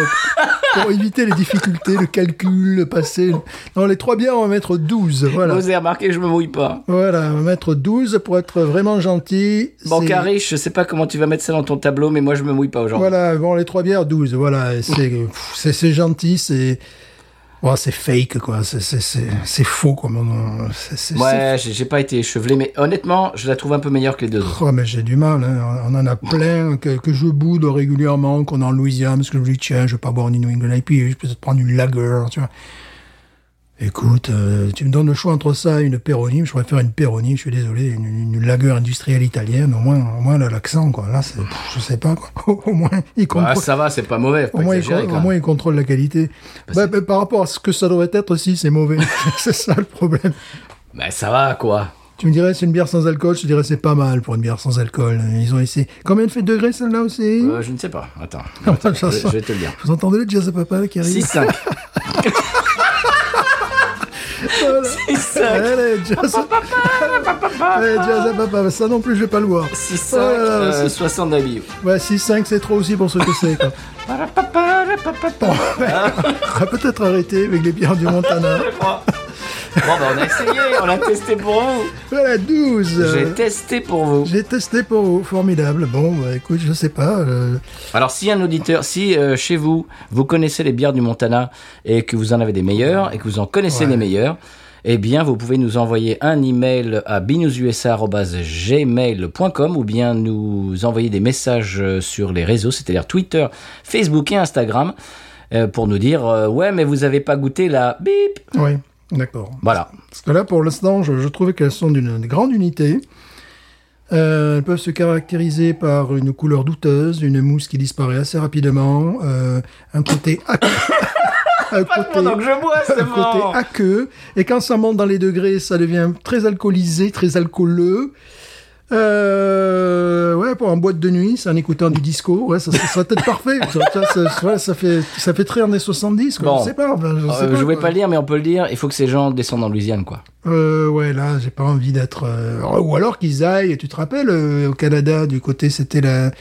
Speaker 2: pour éviter les difficultés, le calcul, le passé. Non, les trois bières, on va mettre 12, voilà.
Speaker 1: Vous avez remarqué, je me mouille pas.
Speaker 2: Voilà, on va mettre 12 pour être vraiment gentil. C'est-
Speaker 1: Bancariche, je sais pas comment tu vas mettre ça dans ton tableau, mais moi je me mouille pas aujourd'hui.
Speaker 2: Voilà, bon, les trois bières, 12, voilà. C'est pff, c'est- c'est gentil, c'est... ouais, c'est fake, quoi. c'est- c'est- C'est c'est faux, quoi. mon- mon- c'est- c'est- c'est
Speaker 1: Ouais, j'ai j'ai pas été échevelé, mais honnêtement, je la trouve un peu meilleure que les deux autres.
Speaker 2: Oh, mais j'ai du mal, hein. on en a plein que, que je boude régulièrement, qu'on est en Louisiane, parce que je me dis, tiens, je vais pas boire une New England IPA, je vais peut-être prendre une lager, tu vois. Écoute, euh, tu me donnes le choix entre ça et une Peroni, je préfère une Peroni, je suis désolé, une, une lager industrielle italienne, au moins, au moins, elle a l'accent, quoi. Là, c'est, pff, je sais pas, quoi. au moins, il
Speaker 1: Bah,
Speaker 2: contrôle,
Speaker 1: ça va, c'est pas mauvais, faut
Speaker 2: au,
Speaker 1: pas
Speaker 2: moins, il
Speaker 1: exagérer,
Speaker 2: con-
Speaker 1: quand
Speaker 2: au
Speaker 1: même.
Speaker 2: moins, il contrôle la qualité. Bah, bah, par rapport à ce que ça devrait être, si, c'est mauvais. c'est ça le problème.
Speaker 1: Bah, ça va, quoi.
Speaker 2: Tu me dirais c'est une bière sans alcool, je te dirais c'est pas mal pour une bière sans alcool. Ils ont essayé. Combien de fait de degrés celle-là aussi
Speaker 1: Euh, je ne sais pas. Attends, je,
Speaker 2: Attends, je
Speaker 1: je
Speaker 2: sens-
Speaker 1: vais te le dire.
Speaker 2: Vous entendez le jazz à papa qui arrive
Speaker 1: 6-5.
Speaker 2: Voilà.
Speaker 1: 6-5.
Speaker 2: Allez, Eh, jazz à papa Allez, jazz à papa, ça non plus je vais pas le voir.
Speaker 1: 6-5,
Speaker 2: Oh là là,
Speaker 1: euh,
Speaker 2: c'est-
Speaker 1: 60 d'habits.
Speaker 2: Ouais, 6-5 c'est trop aussi pour ce que c'est. quoi. Bon, ben, on va peut-être arrêter avec les bières du Montana.
Speaker 1: Je crois. Bon, bah, on a essayé, on a testé pour vous.
Speaker 2: Voilà, 12
Speaker 1: J'ai
Speaker 2: euh,
Speaker 1: testé pour vous.
Speaker 2: J'ai testé pour vous, formidable. Bon, bah, écoute, je sais pas. euh,
Speaker 1: Alors, si un auditeur, si euh, chez vous, vous connaissez les bières du Montana et que vous en avez des meilleures et que vous en connaissez les meilleures, eh bien, vous pouvez nous envoyer un email à binoususa.gmail.com ou bien nous envoyer des messages euh, sur les réseaux, c'est-à-dire Twitter, Facebook et Instagram, euh, pour nous dire euh, Ouais, mais vous avez pas goûté la bip
Speaker 2: Ouais, d'accord.
Speaker 1: Voilà.
Speaker 2: Parce que là, pour l'instant, je, je trouvais qu'elles sont d'une grande unité. Euh, elles peuvent se caractériser par une couleur douteuse, une mousse qui disparaît assez rapidement, euh, un côté aqueux, un côté,
Speaker 1: Donc, je bois,
Speaker 2: un côté aqueux, et quand ça monte dans les degrés, ça devient très alcoolisé, très alcooleux. Euh, ouais, pour en boîte de nuit, c'est en écoutant du disco, ouais, ça, ça serait peut-être parfait. Ça, ça, ça- ouais, ça fait, ça fait très années 70, quoi.
Speaker 1: Bon.
Speaker 2: Je sais pas. ben, je sais
Speaker 1: Euh, je voulais
Speaker 2: quoi.
Speaker 1: pas le dire, mais on peut le dire. Il faut que ces gens descendent en Louisiane, quoi.
Speaker 2: Euh, ouais, là, j'ai pas envie d'être. euh, Ou alors qu'ils aillent. Tu te rappelles euh, au Canada, du côté, c'était la.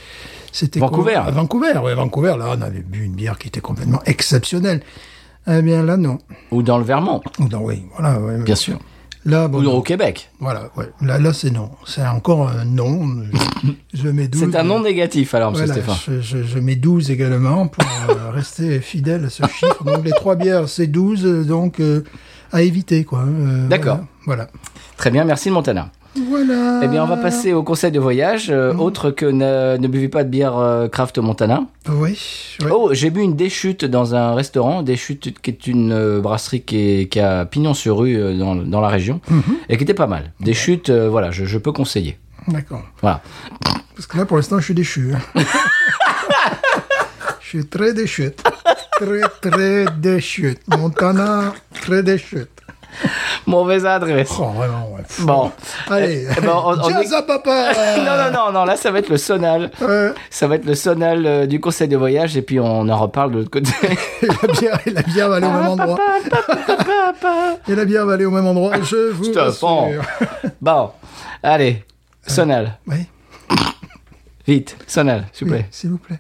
Speaker 2: C'était quoi
Speaker 1: Vancouver.
Speaker 2: Ah, Vancouver, ouais, Vancouver. Là, on avait bu une bière qui était complètement exceptionnelle. Eh bien, là, non.
Speaker 1: Ou dans le Vermont,
Speaker 2: Ou dans- oui, voilà. ouais,
Speaker 1: bien sûr.
Speaker 2: Là, bon,
Speaker 1: Ou
Speaker 2: non.
Speaker 1: au Québec.
Speaker 2: voilà, ouais. Là, là, c'est non. C'est encore un non. Je, je mets 12.
Speaker 1: C'est un nom négatif, alors, monsieur
Speaker 2: Voilà,
Speaker 1: Stéphane.
Speaker 2: je, je, je mets 12 également pour euh, rester fidèle à ce chiffre. Donc, les trois bières, c'est 12. euh, Donc, euh, à éviter, quoi. Euh,
Speaker 1: D'accord.
Speaker 2: Voilà.
Speaker 1: Très bien, merci Montana.
Speaker 2: Voilà.
Speaker 1: Eh bien, on va passer au conseil de voyage, euh,
Speaker 2: Mhm.
Speaker 1: autre que ne, ne buvez pas de bière euh, craft Montana.
Speaker 2: Oui, oui.
Speaker 1: Oh, j'ai bu une déchute dans un restaurant, déchute qui est une euh, brasserie qui, est- qui a pignon sur rue euh, dans, dans la région
Speaker 2: Mhm.
Speaker 1: et qui était pas mal. Déchute, euh, voilà, je, je peux conseiller.
Speaker 2: d'accord.
Speaker 1: Voilà.
Speaker 2: Parce que là, pour l'instant, je suis déchu. hein. je suis très déchu. Très, très déchu. Montana, très déchu.
Speaker 1: Mauvaise adresse.
Speaker 2: Oh, vraiment, ouais. Pff.
Speaker 1: Bon.
Speaker 2: Allez,
Speaker 1: Eh ben, on- on
Speaker 2: jazz
Speaker 1: est-
Speaker 2: à papa
Speaker 1: non, non, non, non, là, ça va être le sonal.
Speaker 2: Euh,
Speaker 1: Ça va être le sonal euh, du conseil de voyage et puis on en reparle de l'autre côté.
Speaker 2: et la bière, et la bière va aller au même endroit. Et la bière va aller au même endroit, je vous
Speaker 1: te prends.
Speaker 2: rassure.
Speaker 1: bon, allez, sonal,
Speaker 2: Oui,
Speaker 1: vite, sonal, s'il vous
Speaker 2: oui,
Speaker 1: plaît.
Speaker 2: s'il vous plaît.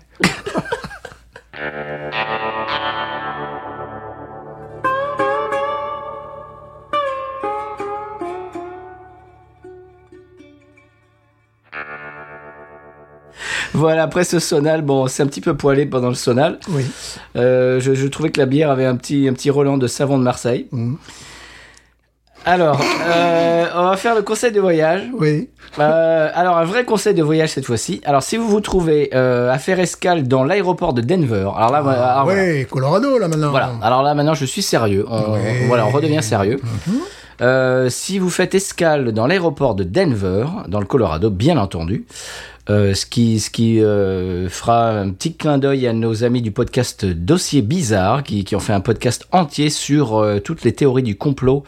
Speaker 1: Voilà, après ce sonal, bon, c'est un petit peu poilé pendant le sonal.
Speaker 2: Oui.
Speaker 1: Euh, je, je trouvais que la bière avait un petit, un petit relent de savon de Marseille.
Speaker 2: Mm.
Speaker 1: Alors, euh, on va faire le conseil de voyage.
Speaker 2: Oui.
Speaker 1: Euh, alors, un vrai conseil de voyage cette fois-ci. Alors, si vous vous trouvez euh, à faire escale dans l'aéroport de Denver, alors là, ah, voilà,
Speaker 2: oui, Colorado, là, maintenant.
Speaker 1: voilà. Alors là, maintenant, je suis sérieux. On,
Speaker 2: Ouais.
Speaker 1: Voilà, on redevient sérieux. Euh, si vous faites escale dans l'aéroport de Denver, dans le Colorado, bien entendu, euh, ce qui, ce qui euh, fera un petit clin d'œil à nos amis du podcast Dossier Bizarre, qui, qui ont fait un podcast entier sur euh, toutes les théories du complot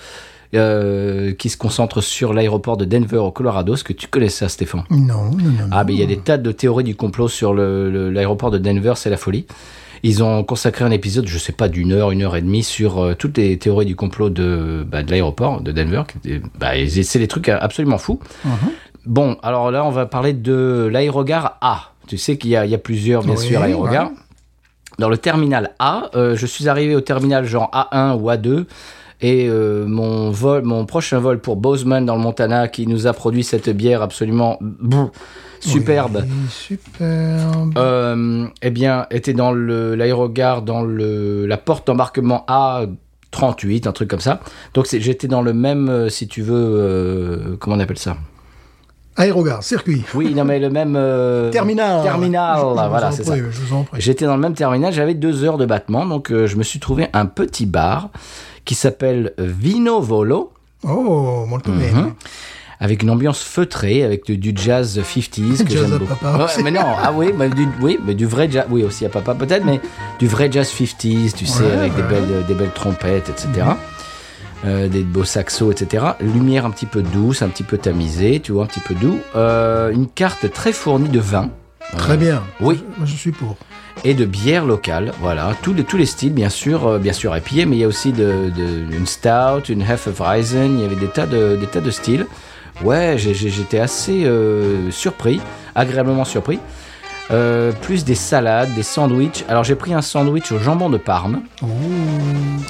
Speaker 1: euh, qui se concentrent sur l'aéroport de Denver au Colorado. Est-ce que tu connais ça, Stéphane
Speaker 2: Non, non, non. non.
Speaker 1: ah, mais il y a des tas de théories du complot sur le- le- l'aéroport de Denver, c'est la folie. Ils ont consacré un épisode, je sais pas, d'une heure, une heure et demie sur euh, toutes les théories du complot de, bah, de l'aéroport de Denver. qui était- bah, et c'est c'est des trucs absolument fous.
Speaker 2: Mhm.
Speaker 1: Bon, alors là, on va parler de l'aérogare A. Tu sais qu'il y, a- il y a plusieurs, bien
Speaker 2: Oui,
Speaker 1: sûr, aérogares. Dans le terminal A, euh, je suis arrivé au terminal genre A1 ou A2. Et euh, mon vol, mon prochain vol pour Bozeman dans le Montana, qui nous a produit cette bière absolument bouh, superbe,
Speaker 2: Oui, superbe.
Speaker 1: euh, eh bien, était dans le- l'aérogare, dans le, la porte d'embarquement A38, un truc comme ça. Donc c'est- j'étais dans le même, euh, si tu veux, euh, comment on appelle ça
Speaker 2: Aérogare, circuit.
Speaker 1: Oui, non mais le même... euh,
Speaker 2: Terminal.
Speaker 1: Terminal,
Speaker 2: Je- je vous
Speaker 1: voilà,
Speaker 2: en
Speaker 1: c'est ça.
Speaker 2: prie, Je vous en prie.
Speaker 1: J'étais dans le même terminal, j'avais deux heures de battement, donc euh, je me suis trouvé un petit bar qui s'appelle Vino Volo,
Speaker 2: Oh, mon
Speaker 1: Mhm. avec une ambiance feutrée, avec du, du jazz 50s que
Speaker 2: Jazz
Speaker 1: j'aime
Speaker 2: à
Speaker 1: beaucoup.
Speaker 2: papa
Speaker 1: Ouais,
Speaker 2: aussi.
Speaker 1: mais non, ah oui, mais du, oui, mais du vrai jazz, oui aussi à papa peut-être, mais du vrai jazz 50s, tu sais,
Speaker 2: Ouais,
Speaker 1: avec des
Speaker 2: ouais. Mhm.
Speaker 1: belles, des belles trompettes, etc. Euh, des beaux saxos, etc. Lumière un petit peu douce, un petit peu tamisée, tu vois, un petit peu doux. Euh, une carte très fournie de vin.
Speaker 2: Très bien.
Speaker 1: Oui.
Speaker 2: Moi, je suis pour.
Speaker 1: et de bière locale. Voilà, tous les, tous les styles, bien sûr, euh, bien sûr épillés, mais il y a aussi de, de- une stout, une Hefeweizen, il y avait des tas de, des tas de styles. Ouais, j'ai- j'ai- j'étais assez euh, surpris, agréablement surpris. Euh, plus des salades, des sandwichs. Alors j'ai pris un sandwich au jambon de Parme
Speaker 2: Oh.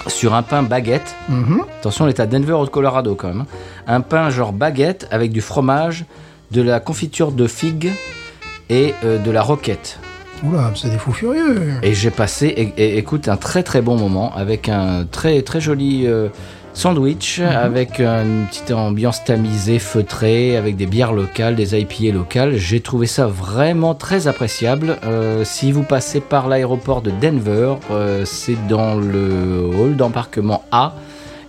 Speaker 1: sur un pain baguette.
Speaker 2: Mhm.
Speaker 1: Attention, on est à Denver au Colorado quand même. hein. Un pain genre baguette avec du fromage, de la confiture de figues et euh, de la roquette.
Speaker 2: Oula, c'est des fous furieux.
Speaker 1: Et j'ai passé, é- é- écoute, un très très bon moment avec un très très joli euh, sandwich, avec une petite ambiance tamisée, feutrée, avec des bières locales, des IPA locales. J'ai trouvé ça vraiment très appréciable. Euh, si vous passez par l'aéroport de Denver, euh, c'est dans le hall d'embarquement A.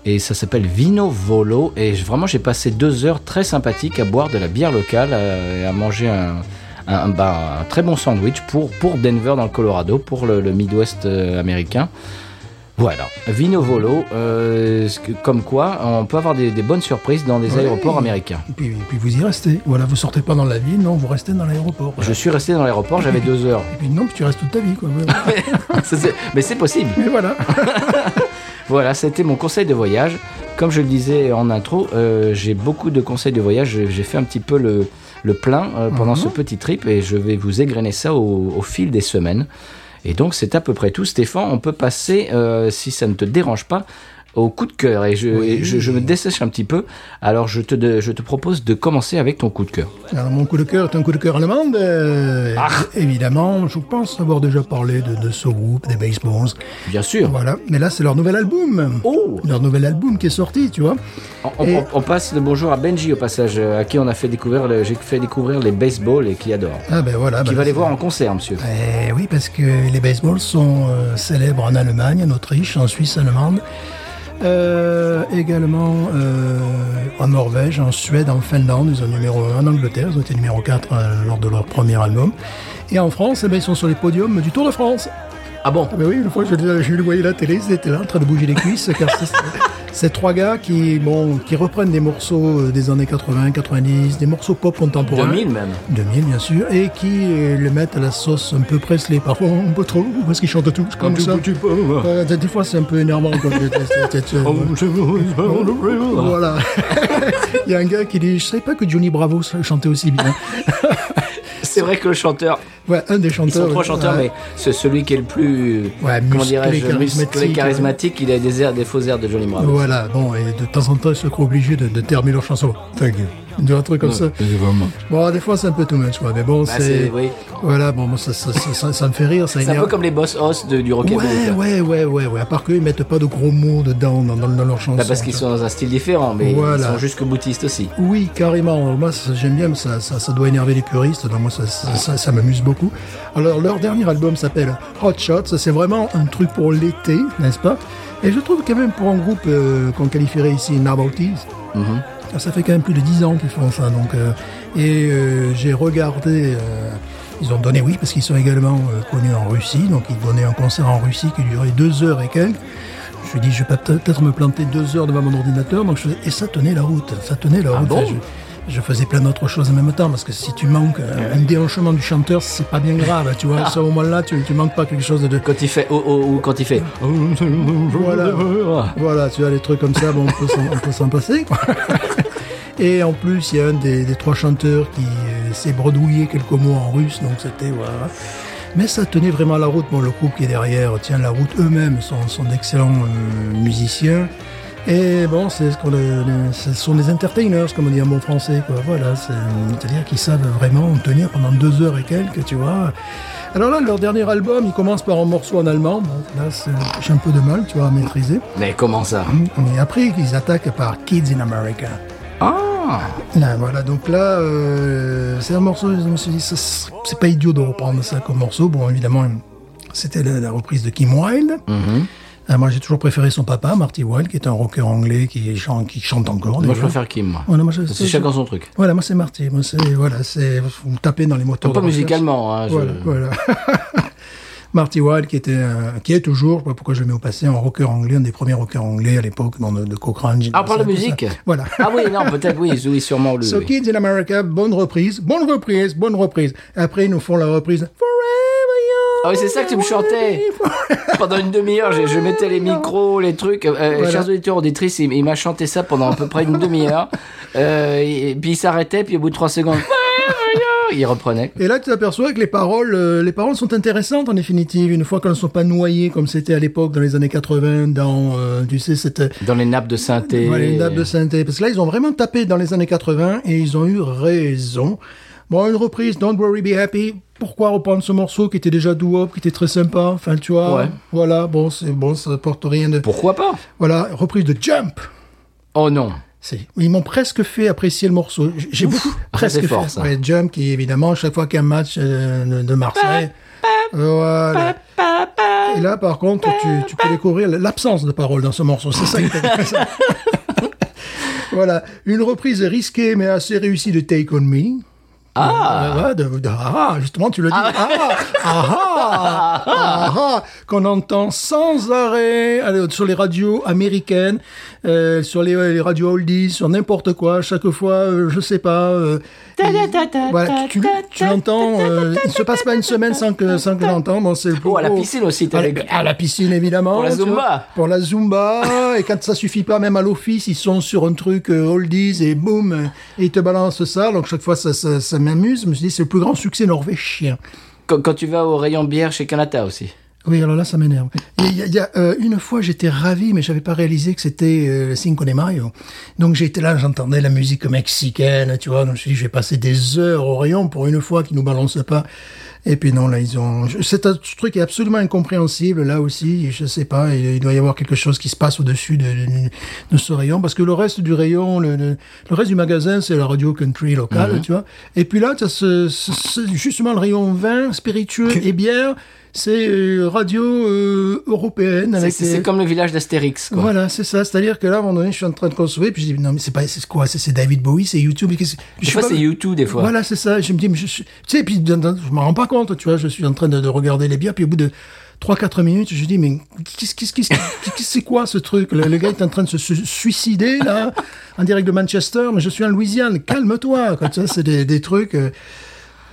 Speaker 1: Et ça s'appelle Vino Volo. Et j- vraiment, j'ai passé deux heures très sympathiques à boire de la bière locale euh, et à manger un, un, bah, un très bon sandwich pour, pour Denver dans le Colorado, pour le, le Midwest euh, américain. Voilà, Vino Volo, euh, ce que- comme quoi on peut avoir des, des bonnes surprises dans des
Speaker 2: Oui.
Speaker 1: aéroports américains.
Speaker 2: Et puis, et puis vous y restez. Voilà, vous sortez pas dans la ville, non, vous restez dans l'aéroport.
Speaker 1: Je suis resté dans l'aéroport, j'avais deux heures.
Speaker 2: Et puis non, puis tu restes toute ta vie, quoi. Voilà.
Speaker 1: Ça, c'est- Mais c'est possible.
Speaker 2: Mais voilà.
Speaker 1: Voilà, c'était mon conseil de voyage. Comme je le disais en intro, euh, j'ai beaucoup de conseils de voyage. J'ai j'ai fait un petit peu le, le plein euh, pendant
Speaker 2: Mhm.
Speaker 1: ce petit trip et je vais vous égrener ça au, au fil des semaines. Et donc, c'est à peu près tout. Stéphane, on peut passer, euh, si ça ne te dérange pas, au coup de cœur. Et je,
Speaker 2: Oui.
Speaker 1: et je, je me dessèche un petit peu. Alors, je te, de- je te propose de commencer avec ton coup de cœur.
Speaker 2: Alors, mon coup de cœur est un coup de cœur allemand. euh,
Speaker 1: Ah.
Speaker 2: Évidemment, je pense avoir déjà parlé de, de ce groupe, des Baseballs.
Speaker 1: Bien sûr.
Speaker 2: Voilà. Mais là, c'est leur nouvel album.
Speaker 1: Oh
Speaker 2: Leur nouvel album qui est sorti, tu vois.
Speaker 1: on, on-
Speaker 2: Et-
Speaker 1: on passe le bonjour à Benji au passage, euh, à qui on a fait découvrir, le- j'ai fait découvrir les baseballs et qui adore.
Speaker 2: Ah ben voilà.
Speaker 1: Qui
Speaker 2: ben,
Speaker 1: va les voir en concert, monsieur.
Speaker 2: Eh oui, parce que les baseballs sont euh, célèbres en Allemagne, en Autriche, en Suisse allemande, euh, également euh, en Norvège, en Suède, en Finlande, ils ont numéro un, en Angleterre, ils ont été numéro 4 lors de leur premier album. Et en France, eh ben, ils sont sur les podiums du Tour de France.
Speaker 1: Ah bon
Speaker 2: Ah ben oui, une fois, je, les- je le voyais à la télé, ils étaient là en train de bouger les cuisses, car c'est- c'est trois gars qui, bon, qui reprennent des morceaux euh, des années 80, 90, des morceaux pop contemporains.
Speaker 1: 2000 même.
Speaker 2: 2000 bien sûr, et qui euh, le mettent à la sauce un peu Presley, parfois un peu trop, parce qu'ils chantent tous comme ça. Euh, des des fois c'est un peu énervant. Quand je- c'est- c'est-
Speaker 1: Oh,
Speaker 2: voilà. Il y a un gars qui dit, je savais pas que Johnny Bravo chantait aussi bien.
Speaker 1: C'est vrai que le chanteur,
Speaker 2: Ouais, un des
Speaker 1: ils
Speaker 2: chanteurs. euh,
Speaker 1: sont trois chanteurs,
Speaker 2: ouais.
Speaker 1: mais c'est celui qui est le plus,
Speaker 2: Ouais,
Speaker 1: comment
Speaker 2: musclé,
Speaker 1: dirais-je, musclé,
Speaker 2: charismatique.
Speaker 1: charismatique. Il a des airs, des faux airs de Johnny Bravo.
Speaker 2: Voilà, bon, et de temps en temps, ils se croient obligés de, de terminer leur chanson. Ta gueule. de un truc comme ça.
Speaker 4: C'est vraiment-
Speaker 2: Bon, des fois, c'est un peu too much, quoi. Mais bon,
Speaker 1: Bah,
Speaker 2: c'est.
Speaker 1: c'est- oui.
Speaker 2: Voilà, bon, moi, ça, ça, ça, ça- ça me fait rire, ça
Speaker 1: C'est un
Speaker 2: énerve.
Speaker 1: peu comme les boss os de, du rock
Speaker 2: Ouais, ouais, ouais, ouais, ouais. À part qu'ils mettent pas de gros mots dedans, dans, dans, dans leurs chansons.
Speaker 1: Bah, parce qu'ils sont dans un style différent, mais ils
Speaker 2: Voilà.
Speaker 1: sont jusque boutistes aussi.
Speaker 2: Oui, carrément. Moi, ça, j'aime bien, mais ça, ça, ça doit énerver les puristes. Donc, moi, ça, ça, ça- ça m'amuse beaucoup. Alors, leur dernier album s'appelle Hot Shots. C'est vraiment un truc pour l'été, n'est-ce pas Et je trouve quand même pour un groupe euh, qu'on qualifierait ici Narbotis, Ah, ça fait quand même plus de 10 ans qu'ils font ça. Donc, euh, et euh, j'ai regardé. euh, ils ont donné, oui, parce qu'ils sont également euh, connus en Russie. Donc, ils donnaient un concert en Russie qui durait deux heures et quelques. Je me suis dit, je vais pas peut-être me planter deux heures devant mon ordinateur. Donc je faisais- et ça tenait la route. Ça tenait la route.
Speaker 1: bon
Speaker 2: je, je faisais plein d'autres choses en même temps. Parce que si tu manques euh, un déhanchement du chanteur, c'est pas bien grave. Tu vois, à ce moment-là, tu, tu manques pas quelque chose de.
Speaker 1: Quand il fait oh oh ou quand il fait.
Speaker 2: Voilà. Voilà, tu as des trucs comme ça, bon, on peut s'en- on peut s'en passer. quoi. Et en plus, il y a un des, des trois chanteurs qui euh, s'est bredouillé quelques mots en russe, donc c'était voilà. Mais ça tenait vraiment la route. Bon, le groupe qui est derrière tient la route eux-mêmes, sont, sont d'excellents euh, musiciens. Et bon, c'est ce qu'on, euh, les- ce sont des entertainers, comme on dit en bon français, quoi. Voilà, c'est- c'est-à-dire qu'ils savent vraiment tenir pendant deux heures et quelques, tu vois. Alors là, leur dernier album, ils commencent par un morceau en allemand. Bon, Là, c'est- j'ai un peu de mal, tu vois, à maîtriser.
Speaker 1: Mais comment ça
Speaker 2: Et après, ils attaquent par Kids in America.
Speaker 1: Ah
Speaker 2: Là, voilà, donc là, euh, c'est un morceau, je me suis dit, ça, c'est c'est pas idiot de reprendre ça comme morceau. Bon, évidemment, c'était la, la reprise de Kim Wilde.
Speaker 1: Mhm.
Speaker 2: Euh, moi, j'ai toujours préféré son papa, Marty Wilde, qui est un rocker anglais qui chante, qui chante encore.
Speaker 1: Moi je
Speaker 2: d'ailleurs.
Speaker 1: préfère Kim, moi.
Speaker 2: Ouais, non, moi, je-
Speaker 1: Parce que chacun son truc.
Speaker 2: Voilà, moi, c'est Marty. Moi, c'est, voilà, c'est, vous me tapez dans les moteurs.
Speaker 1: Pas
Speaker 2: de recherche.
Speaker 1: musicalement, hein, je-
Speaker 2: Voilà, voilà. Marty Wilde, qui était, un- qui est toujours, je sais pas pourquoi je le mets au passé, un rocker anglais, un des premiers rockers anglais à l'époque, dans de, de Cochrane. Gilles
Speaker 1: Ah, on parle de
Speaker 2: Bassett, tout
Speaker 1: musique
Speaker 2: ça. Voilà.
Speaker 1: Ah oui, non, peut-être, oui, oui, sûrement le.
Speaker 2: So
Speaker 1: oui.
Speaker 2: Kids in America, bonne reprise, bonne reprise, bonne reprise. Après, ils nous font la reprise Forever Young.
Speaker 1: Ah oui, c'est ça que tu me chantais. Pendant une demi-heure, j'ai- je, mettais les micros, les trucs. Euh,
Speaker 2: Voilà.
Speaker 1: Chers auditeurs, auditrices, il, il m'a chanté ça pendant à peu près une demi-heure. Euh, et, et puis il s'arrêtait, puis au bout de trois secondes, il reprenait.
Speaker 2: Et là, tu t'aperçois que les paroles, euh, les paroles sont intéressantes en définitive, une fois qu'elles ne sont pas noyées comme c'était à l'époque dans les années 80, dans, euh, tu sais, cette,
Speaker 1: Dans les nappes de synthé. Euh,
Speaker 2: Voilà, une nappe de synthé. Parce que là, ils ont vraiment tapé dans les années 80 et ils ont eu raison. Bon, une reprise, Don't Worry Be Happy. Pourquoi reprendre ce morceau qui était déjà doo-wop, qui était très sympa Enfin, tu vois,
Speaker 1: Ouais.
Speaker 2: voilà, bon, c'est bon, ça porte rien de...
Speaker 1: Pourquoi pas
Speaker 2: Voilà, reprise de Jump
Speaker 1: Oh non.
Speaker 2: C'est- Ils m'ont presque fait apprécier le morceau. J- J'ai beaucoup
Speaker 1: Ah, ça, c'est
Speaker 2: presque
Speaker 1: fort,
Speaker 2: fait.
Speaker 1: ça.
Speaker 2: Ouais, Jump qui évidemment chaque fois qu'il y a un match euh, de Marseille. Voilà. Et là par contre tu, tu peux découvrir l'absence de paroles dans ce morceau. C'est ça qui est intéressant. Voilà, une reprise risquée mais assez réussie de Take On Me.
Speaker 1: Ah
Speaker 2: Ouais, ouais, de- de- ah, justement, tu le dis. Ah, ah, ah, ah, qu'on entend sans arrêt allez, sur les radios américaines, euh, sur les, les radios oldies, sur n'importe quoi. Chaque fois, euh, je sais pas. euh, voilà, tu, tu l'entends. euh, il se passe pas une semaine sans que sans que l'entends. Bon, c'est
Speaker 1: Oh, à la piscine aussi, t'as
Speaker 2: à,
Speaker 1: les-
Speaker 2: la- à la piscine évidemment.
Speaker 1: Pour la
Speaker 2: tu vois.
Speaker 1: Zumba.
Speaker 2: Pour la Zumba. et quand ça suffit pas, même à l'office, ils sont sur un truc euh, oldies et boum, euh, et ils te balancent ça. Donc chaque fois, ça, ça, ça m'amuse. Je me suis dit, c'est le plus grand succès norvégien.
Speaker 1: quand, quand tu vas au rayon bière chez Canada aussi.
Speaker 2: Oui, alors là, ça m'énerve. Il y a- il y a, euh, une fois, j'étais ravi, mais j'avais pas réalisé que c'était euh, Cinco de Mayo. Donc j'étais là, j'entendais la musique mexicaine, tu vois. Donc je me suis dit, je vais passer des heures au rayon pour une fois qu'ils nous balancent pas. Et puis non, là, ils ont. je- C'est un truc qui est absolument incompréhensible. Là aussi, je sais pas. Il, il doit y avoir quelque chose qui se passe au-dessus de, de, de ce rayon, parce que le reste du rayon, le, le, le reste du magasin, c'est la radio country locale, tu vois. Et puis là, tu as ce, ce- ce- justement le rayon vin, spiritueux et bière. C'est euh, radio euh, européenne
Speaker 1: C'est-
Speaker 2: avec
Speaker 1: C'est
Speaker 2: des-
Speaker 1: c'est comme le village d'Astérix, quoi.
Speaker 2: Voilà, c'est ça. C'est-à-dire que là, à un moment donné, je suis en train de consommer, puis je dis non mais c'est pas, c'est quoi C'est c'est David Bowie, c'est YouTube. qu'est-ce- Je
Speaker 1: Des
Speaker 2: suis
Speaker 1: fois,
Speaker 2: pas-
Speaker 1: c'est YouTube, des fois.
Speaker 2: Voilà, c'est ça. Je me dis, mais je suis, tu sais, puis dans- dans- je m'en rends pas compte, tu vois. Je suis en train de, de regarder les bières, puis au bout de 3-4 minutes, je dis, mais qu'est-ce, qu'est-ce, qu'est-ce, qu'est-ce- c'est quoi ce truc le, le gars est en train de se su- suicider, là, en direct de Manchester, mais je suis en Louisiane, calme-toi, quoi. Tu vois, c'est des, des trucs. euh,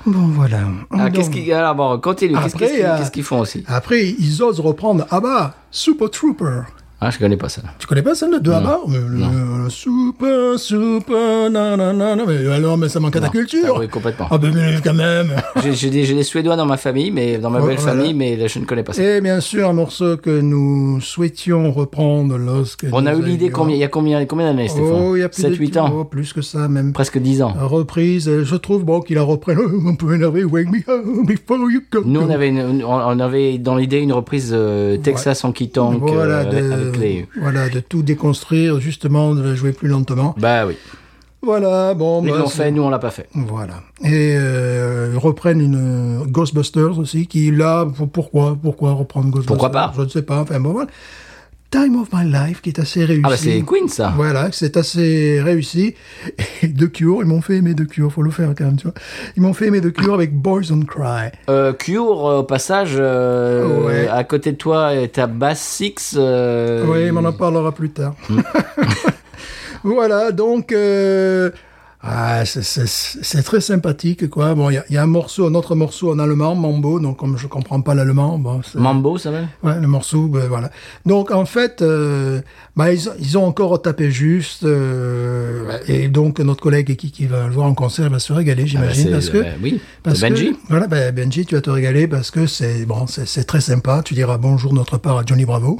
Speaker 2: Bon, voilà.
Speaker 1: Ah,
Speaker 2: Donc,
Speaker 1: qu'est-ce qui... Alors, bon, continue. Qu'est-ce
Speaker 2: Après,
Speaker 1: qu'est-ce qu'ils
Speaker 2: euh,
Speaker 1: qu'est-ce qu'ils font aussi
Speaker 2: Après, ils osent reprendre, ah bah, Super Trooper.
Speaker 1: Ah, je connais pas ça.
Speaker 2: Tu connais pas celle de Abba Euh, Le soupe, soupe, nanana. Mais euh, alors, mais ça manque à ta culture.
Speaker 1: oui, complètement.
Speaker 2: Ah, ben, mais quand même.
Speaker 1: J'ai j'ai des, j'ai des Suédois dans ma famille, mais dans ma
Speaker 2: Oh, Eh,
Speaker 1: belle
Speaker 2: voilà.
Speaker 1: famille, mais là, je ne connais pas ça.
Speaker 2: Et bien sûr, un morceau que nous souhaitions reprendre lorsque.
Speaker 1: On a
Speaker 2: nous
Speaker 1: eu l'idée
Speaker 2: avions-
Speaker 1: combien, il y a combien, combien d'années, Stéphane
Speaker 2: Oh, il y a plus
Speaker 1: 7,
Speaker 2: de
Speaker 1: 8 ans,
Speaker 2: oh, plus que ça, même.
Speaker 1: presque 10 ans.
Speaker 2: Reprise, euh, je trouve bon qu'il a repris. Oh, un peu énervé, wake me up before you go.
Speaker 1: Nous, on avait, une- on, on avait dans l'idée une reprise euh, Texas en quittant que,
Speaker 2: voilà,
Speaker 1: euh, avec,
Speaker 2: de,
Speaker 1: avec les.
Speaker 2: voilà, de tout déconstruire, justement, de jouer plus lentement.
Speaker 1: Bah oui.
Speaker 2: Voilà, bon.
Speaker 1: Ils
Speaker 2: bah,
Speaker 1: l'ont
Speaker 2: c'est-
Speaker 1: fait, nous, on l'a pas fait.
Speaker 2: Voilà. Et euh, ils reprennent une euh, Ghostbusters aussi, qui là, pour- pourquoi Pourquoi reprendre Ghostbusters
Speaker 1: Pourquoi pas
Speaker 2: Je ne sais pas. Enfin bon, voilà. Time of My Life, qui est assez réussi.
Speaker 1: Ah bah c'est Queen, ça.
Speaker 2: Voilà, c'est assez réussi. Et The Cure, ils m'ont fait aimer The Cure, faut le faire quand même, tu vois. Ils m'ont fait aimer The Cure avec Boys Don't Cry.
Speaker 1: Euh, Cure, euh, au passage, euh,
Speaker 2: Ouais.
Speaker 1: à côté de toi, euh, ta bass six. euh, Hmm.
Speaker 2: Oui, mais on en parlera plus tard. voilà, donc euh, ah, c'est- c'est c'est très sympathique, quoi. Bon, il y a- il y, a un morceau, un autre morceau en allemand, Mambo. Donc, comme je comprends pas l'allemand, bon, c'est-
Speaker 1: Mambo, ça va Bah,
Speaker 2: ouais, le morceau, ben, voilà. Donc, en fait, euh, bah, ils, ils ont encore tapé juste. euh, et donc, notre collègue qui, qui va le voir en concert va se régaler, j'imagine,
Speaker 1: c'est-
Speaker 2: parce que.
Speaker 1: bah oui,
Speaker 2: Parce
Speaker 1: c'est Benji.
Speaker 2: que- voilà, ben, Benji, tu vas te régaler parce que c'est bon, c'est c'est très sympa. Tu diras bonjour de notre part à Johnny Bravo.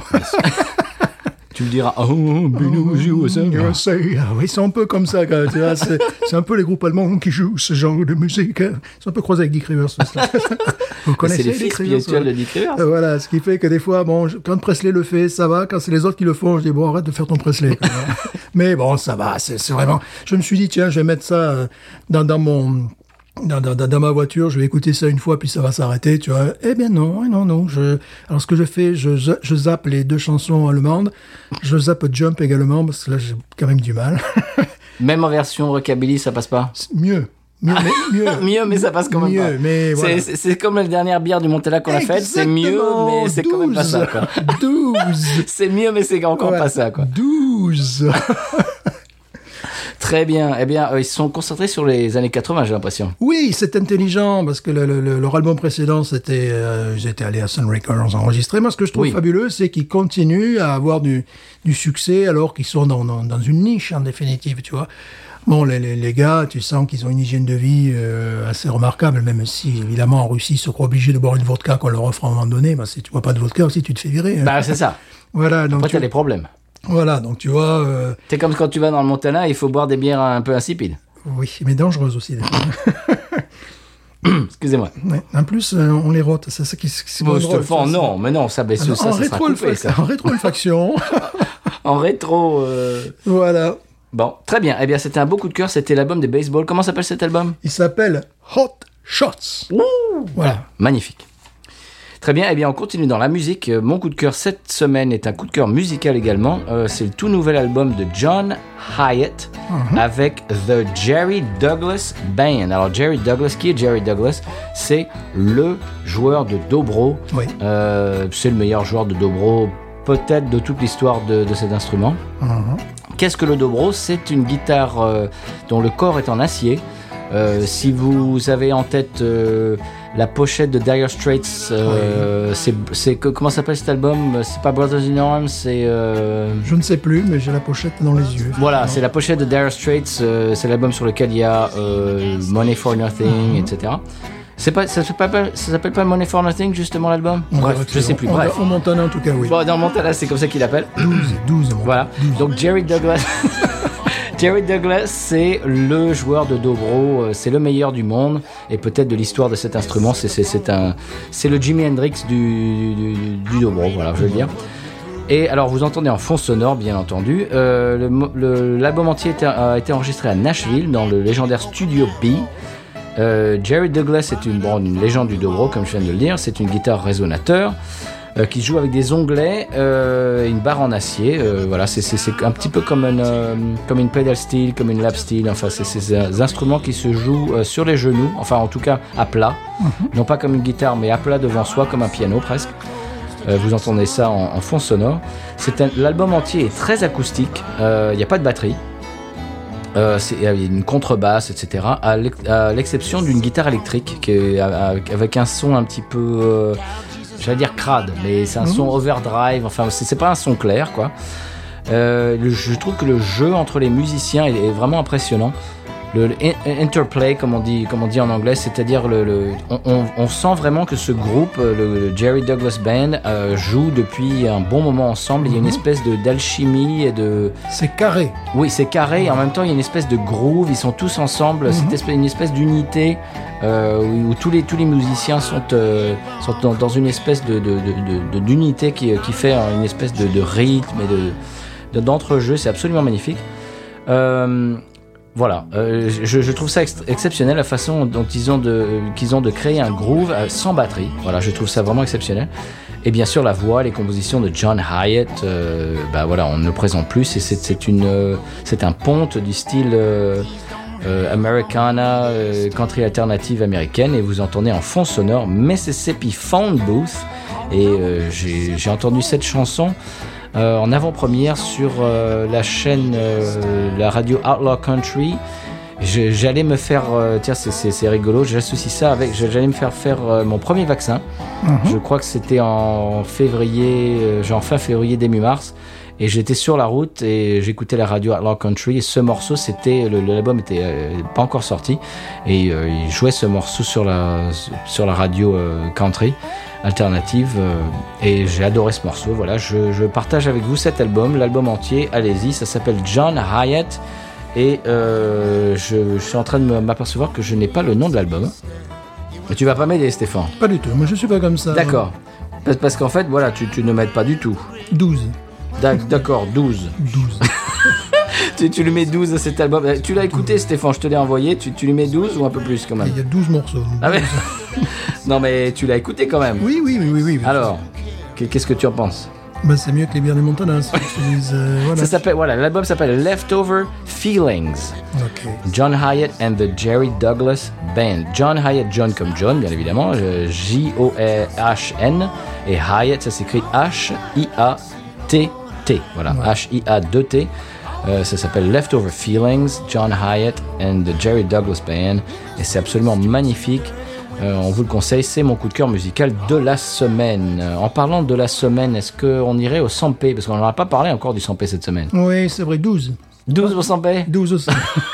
Speaker 1: Tu me diras, oh, Bruno, joue ça. Bah,
Speaker 2: USA. Ah oui, c'est un peu comme ça, quand même, tu vois, c'est, c'est un peu les groupes allemands qui jouent ce genre de musique. hein. C'est un peu croisé avec Dick Rivers. tout ça. Vous connaissez
Speaker 1: C'est les
Speaker 2: Dick
Speaker 1: fils
Speaker 2: Rivers,
Speaker 1: spirituels
Speaker 2: ouais.
Speaker 1: de Dick Rivers.
Speaker 2: Euh, Voilà, ce qui fait que des fois, bon, je- quand Presley le fait, ça va. Quand c'est les autres qui le font, je dis bon, arrête de faire ton Presley. quoi. Mais bon, ça va. C'est, c'est vraiment. Je me suis dit tiens, je vais mettre ça euh, dans, dans mon dans, dans, dans- dans ma voiture, je vais écouter ça une fois, puis ça va s'arrêter, tu vois. Eh bien non, eh non, non. Je... Alors ce que je fais, je, je, je zappe les deux chansons allemandes, je zappe Jump également, parce que là j'ai quand même du mal.
Speaker 1: Même en version rockabilly, ça passe pas.
Speaker 2: C'est mieux, mieux, mais, mieux.
Speaker 1: Mieux, mais ça passe quand même
Speaker 2: Mieux,
Speaker 1: pas.
Speaker 2: mais
Speaker 1: C'est-
Speaker 2: voilà.
Speaker 1: C'est c'est comme la dernière bière du Montella qu'on a faite. C'est mieux, mais c'est quand même pas ça. quoi.
Speaker 2: 12
Speaker 1: C'est mieux, mais c'est encore
Speaker 2: Voilà.
Speaker 1: pas ça. Quoi.
Speaker 2: 12
Speaker 1: Très bien. Eh bien, euh, ils se sont concentrés sur les années 80, j'ai l'impression.
Speaker 2: Oui, c'est intelligent, parce que le- le- le- leur album précédent, c'était, euh, ils étaient allés à Sun Records enregistrer. Moi, ce que je trouve
Speaker 1: Oui.
Speaker 2: fabuleux, c'est qu'ils continuent à avoir du, du succès, alors qu'ils sont dans, dans, dans une niche, en définitive, tu vois. Bon, les, les, les gars, tu sens qu'ils ont une hygiène de vie euh, assez remarquable, même si, évidemment, en Russie, ils se croient obligés de boire une vodka qu'on leur offre à un moment donné. Bah, si tu bois pas de vodka aussi, tu te fais virer. hein.
Speaker 1: Bah, c'est ça.
Speaker 2: voilà, donc
Speaker 1: Après,
Speaker 2: tu,
Speaker 1: t'as des problèmes.
Speaker 2: voilà, donc tu vois... euh,
Speaker 1: C'est comme quand tu vas dans le Montana, il faut boire des bières un peu insipides.
Speaker 2: oui, mais dangereuse aussi. des fois.
Speaker 1: Excusez-moi.
Speaker 2: Ouais. En plus, euh, on les rote. C'est ça qui c'est
Speaker 1: Bon, je te
Speaker 2: drôle,
Speaker 1: fends,
Speaker 2: ça,
Speaker 1: non, mais non, ça, ben, ça,
Speaker 2: Alors,
Speaker 1: ça,
Speaker 2: en,
Speaker 1: ça sera coupé, ça.
Speaker 2: rétro-olfaction- en rétro-olfaction.
Speaker 1: En rétro. euh,
Speaker 2: voilà.
Speaker 1: Bon, très bien. Eh bien, c'était un beau coup de cœur. C'était l'album des Baseball. Comment s'appelle cet album
Speaker 2: Il s'appelle Hot Shots. Voilà.
Speaker 1: Magnifique. Très bien, eh bien on continue dans la musique. Euh, Mon coup de cœur cette semaine est un coup de cœur musical également. Euh, c'est le tout nouvel album de John Hyatt avec The Jerry Douglas Band. Alors Jerry Douglas, qui est Jerry Douglas C'est le joueur de Dobro.
Speaker 2: Oui.
Speaker 1: Euh, c'est le meilleur joueur de Dobro peut-être de toute l'histoire de- de cet instrument.
Speaker 2: Mhm.
Speaker 1: Qu'est-ce que le dobro C'est une guitare euh, dont le corps est en acier. Euh, si vous avez en tête euh, la pochette de Dire Straits, euh, c'est- c'est que- comment s'appelle cet album C'est pas Brothers in Arms, c'est euh,
Speaker 2: Je ne sais plus, mais j'ai la pochette dans les yeux.
Speaker 1: voilà, c'est la pochette de Dire Straits. euh, c'est l'album sur lequel il y a euh, Money for
Speaker 2: Mhm.
Speaker 1: Nothing, etc. C'est pas, ça s'appelle pas, ça s'appelle pas Money for Nothing justement l'album
Speaker 2: On
Speaker 1: Bref,
Speaker 2: verra
Speaker 1: je sais
Speaker 2: toujours.
Speaker 1: plus.
Speaker 2: On-
Speaker 1: Bref,
Speaker 2: On Montana, en tout cas, oui.
Speaker 1: bon, dans Montana, c'est comme ça qu'il appelle.
Speaker 2: 12, 12 Montana.
Speaker 1: Voilà. Donc Jerry Douglas. Jerry Douglas, c'est le joueur de dobro, euh, c'est le meilleur du monde et peut-être de l'histoire de cet instrument. C'est c'est- c'est un, c'est le Jimi Hendrix du, du- du dobro, voilà, je veux dire. Et alors vous entendez en fond sonore, bien entendu. Euh, le mo- le- L'album entier était- euh, a été enregistré à Nashville dans le légendaire Studio B. Euh, Jerry Douglas est une, bon, une légende du dobro, comme je viens de le dire. C'est une guitare résonateur euh, qui joue avec des onglets euh, et une barre en acier. Euh, voilà, c'est- c'est c'est un petit peu comme une, euh, comme une pedal steel, comme une lap steel. Enfin, c'est c'est des instruments qui se jouent euh, sur les genoux, enfin en tout cas à plat. Non pas comme une guitare, mais à plat devant soi, comme un piano presque. Euh, vous entendez ça en, en fond sonore. C'est un- L'album entier est très acoustique. Euh, Il n'y a pas de batterie. Euh, c'est- Il y a une contrebasse, etc. À l'ex- à l'exception d'une guitare électrique qui est avec, avec un son un petit peu. euh, je j'allais dire crade, mais c'est un son overdrive, enfin, c'est c'est pas un son clair, quoi. Euh, le- je trouve que le jeu entre les musiciens est, est vraiment impressionnant. Le, le in- interplay, comme on dit, comme on dit en anglais, c'est-à-dire le, le- on, on- on sent vraiment que ce groupe, euh, le, le Jerry Douglas Band, euh, joue depuis un bon moment ensemble. Il y a une espèce de d'alchimie et de,
Speaker 2: C'est carré.
Speaker 1: oui, c'est carré et en même temps il y a une espèce de groove, ils sont tous ensemble, c'est espèce- une espèce d'unité euh, où, où tous, les, tous les musiciens sont, euh, sont dans, dans une espèce de, de- de- de- de- d'unité qui, euh, qui fait euh, une espèce de, de rythme et de, de- d'entrejeu, c'est absolument magnifique. Euh, voilà, euh, je, je trouve ça ext- exceptionnel la façon dont ils ont de, qu'ils ont de créer un groove euh, sans batterie. Voilà, je trouve ça vraiment exceptionnel. Et bien sûr, la voix, les compositions de John Hyatt, euh, bah voilà, on ne le présente plus. Et c'est, c'est une, euh, c'est un ponte du style euh, euh, Americana, euh, country alternative américaine. Et vous entendez en fond sonore Mississippi Phone Booth. Et euh, j'ai, j'ai entendu cette chanson euh, en avant-première sur euh, la chaîne, euh, la radio Outlaw Country. Je- J'allais me faire, euh, tiens, c'est, c'est, c'est rigolo, j'associe ça avec, j'allais me faire faire euh, mon premier vaccin. Je crois que c'était en février, euh, genre fin février, début mars. Et j'étais sur la route et j'écoutais la radio Outlaw Country. Et ce morceau, c'était, le- le- l'album était euh, pas encore sorti. Et euh, ils jouaient ce morceau sur la, sur la radio euh, country alternative. euh, et j'ai adoré ce morceau. Voilà, je, je partage avec vous cet album, l'album entier. Allez-y, ça s'appelle John Hyatt. Et euh, je, je suis en train de me- m'apercevoir que je n'ai pas le nom de l'album. Mais tu vas pas m'aider, Stéphane.
Speaker 2: Pas du tout. Moi, je suis pas comme ça.
Speaker 1: D'accord. Parce- Parce qu'en fait, voilà, tu, tu ne m'aides pas du tout.
Speaker 2: 12.
Speaker 1: D'ac- D'accord, 12.
Speaker 2: 12.
Speaker 1: Tu, tu lui mets 12 à cet album. Euh, Tu l'as écouté, Stéphane, je te l'ai envoyé. Tu, tu lui mets 12 ou un peu plus quand
Speaker 2: Il
Speaker 1: même
Speaker 2: y a 12 morceaux.
Speaker 1: Ah mais- Non, mais tu l'as écouté quand même.
Speaker 2: Oui, oui, oui, oui. oui.
Speaker 1: Alors, qu'est- qu'est-ce que tu en penses
Speaker 2: Bah, c'est mieux que les bières du Montana. c'est ce que je te dis, euh, voilà.
Speaker 1: Ça s'appelle, voilà, l'album s'appelle Leftover Feelings.
Speaker 2: Ok.
Speaker 1: John Hyatt and the Jerry Douglas Band. John Hyatt, John comme John, bien évidemment, euh, J-O-H-N, et Hyatt, ça s'écrit H-I-A-T-T. Voilà, H-I-A-2-T. Euh, ça s'appelle Leftover Feelings, John Hyatt and the Jerry Douglas Band, et c'est absolument magnifique. Euh, on vous le conseille, c'est mon coup de cœur musical de la semaine. Euh, En parlant de la semaine, est-ce qu'on irait au 100p Parce qu'on n'en a pas parlé encore du 100p cette semaine.
Speaker 2: Oui, c'est vrai, 12.
Speaker 1: 12 pour 100p
Speaker 2: 12 aussi.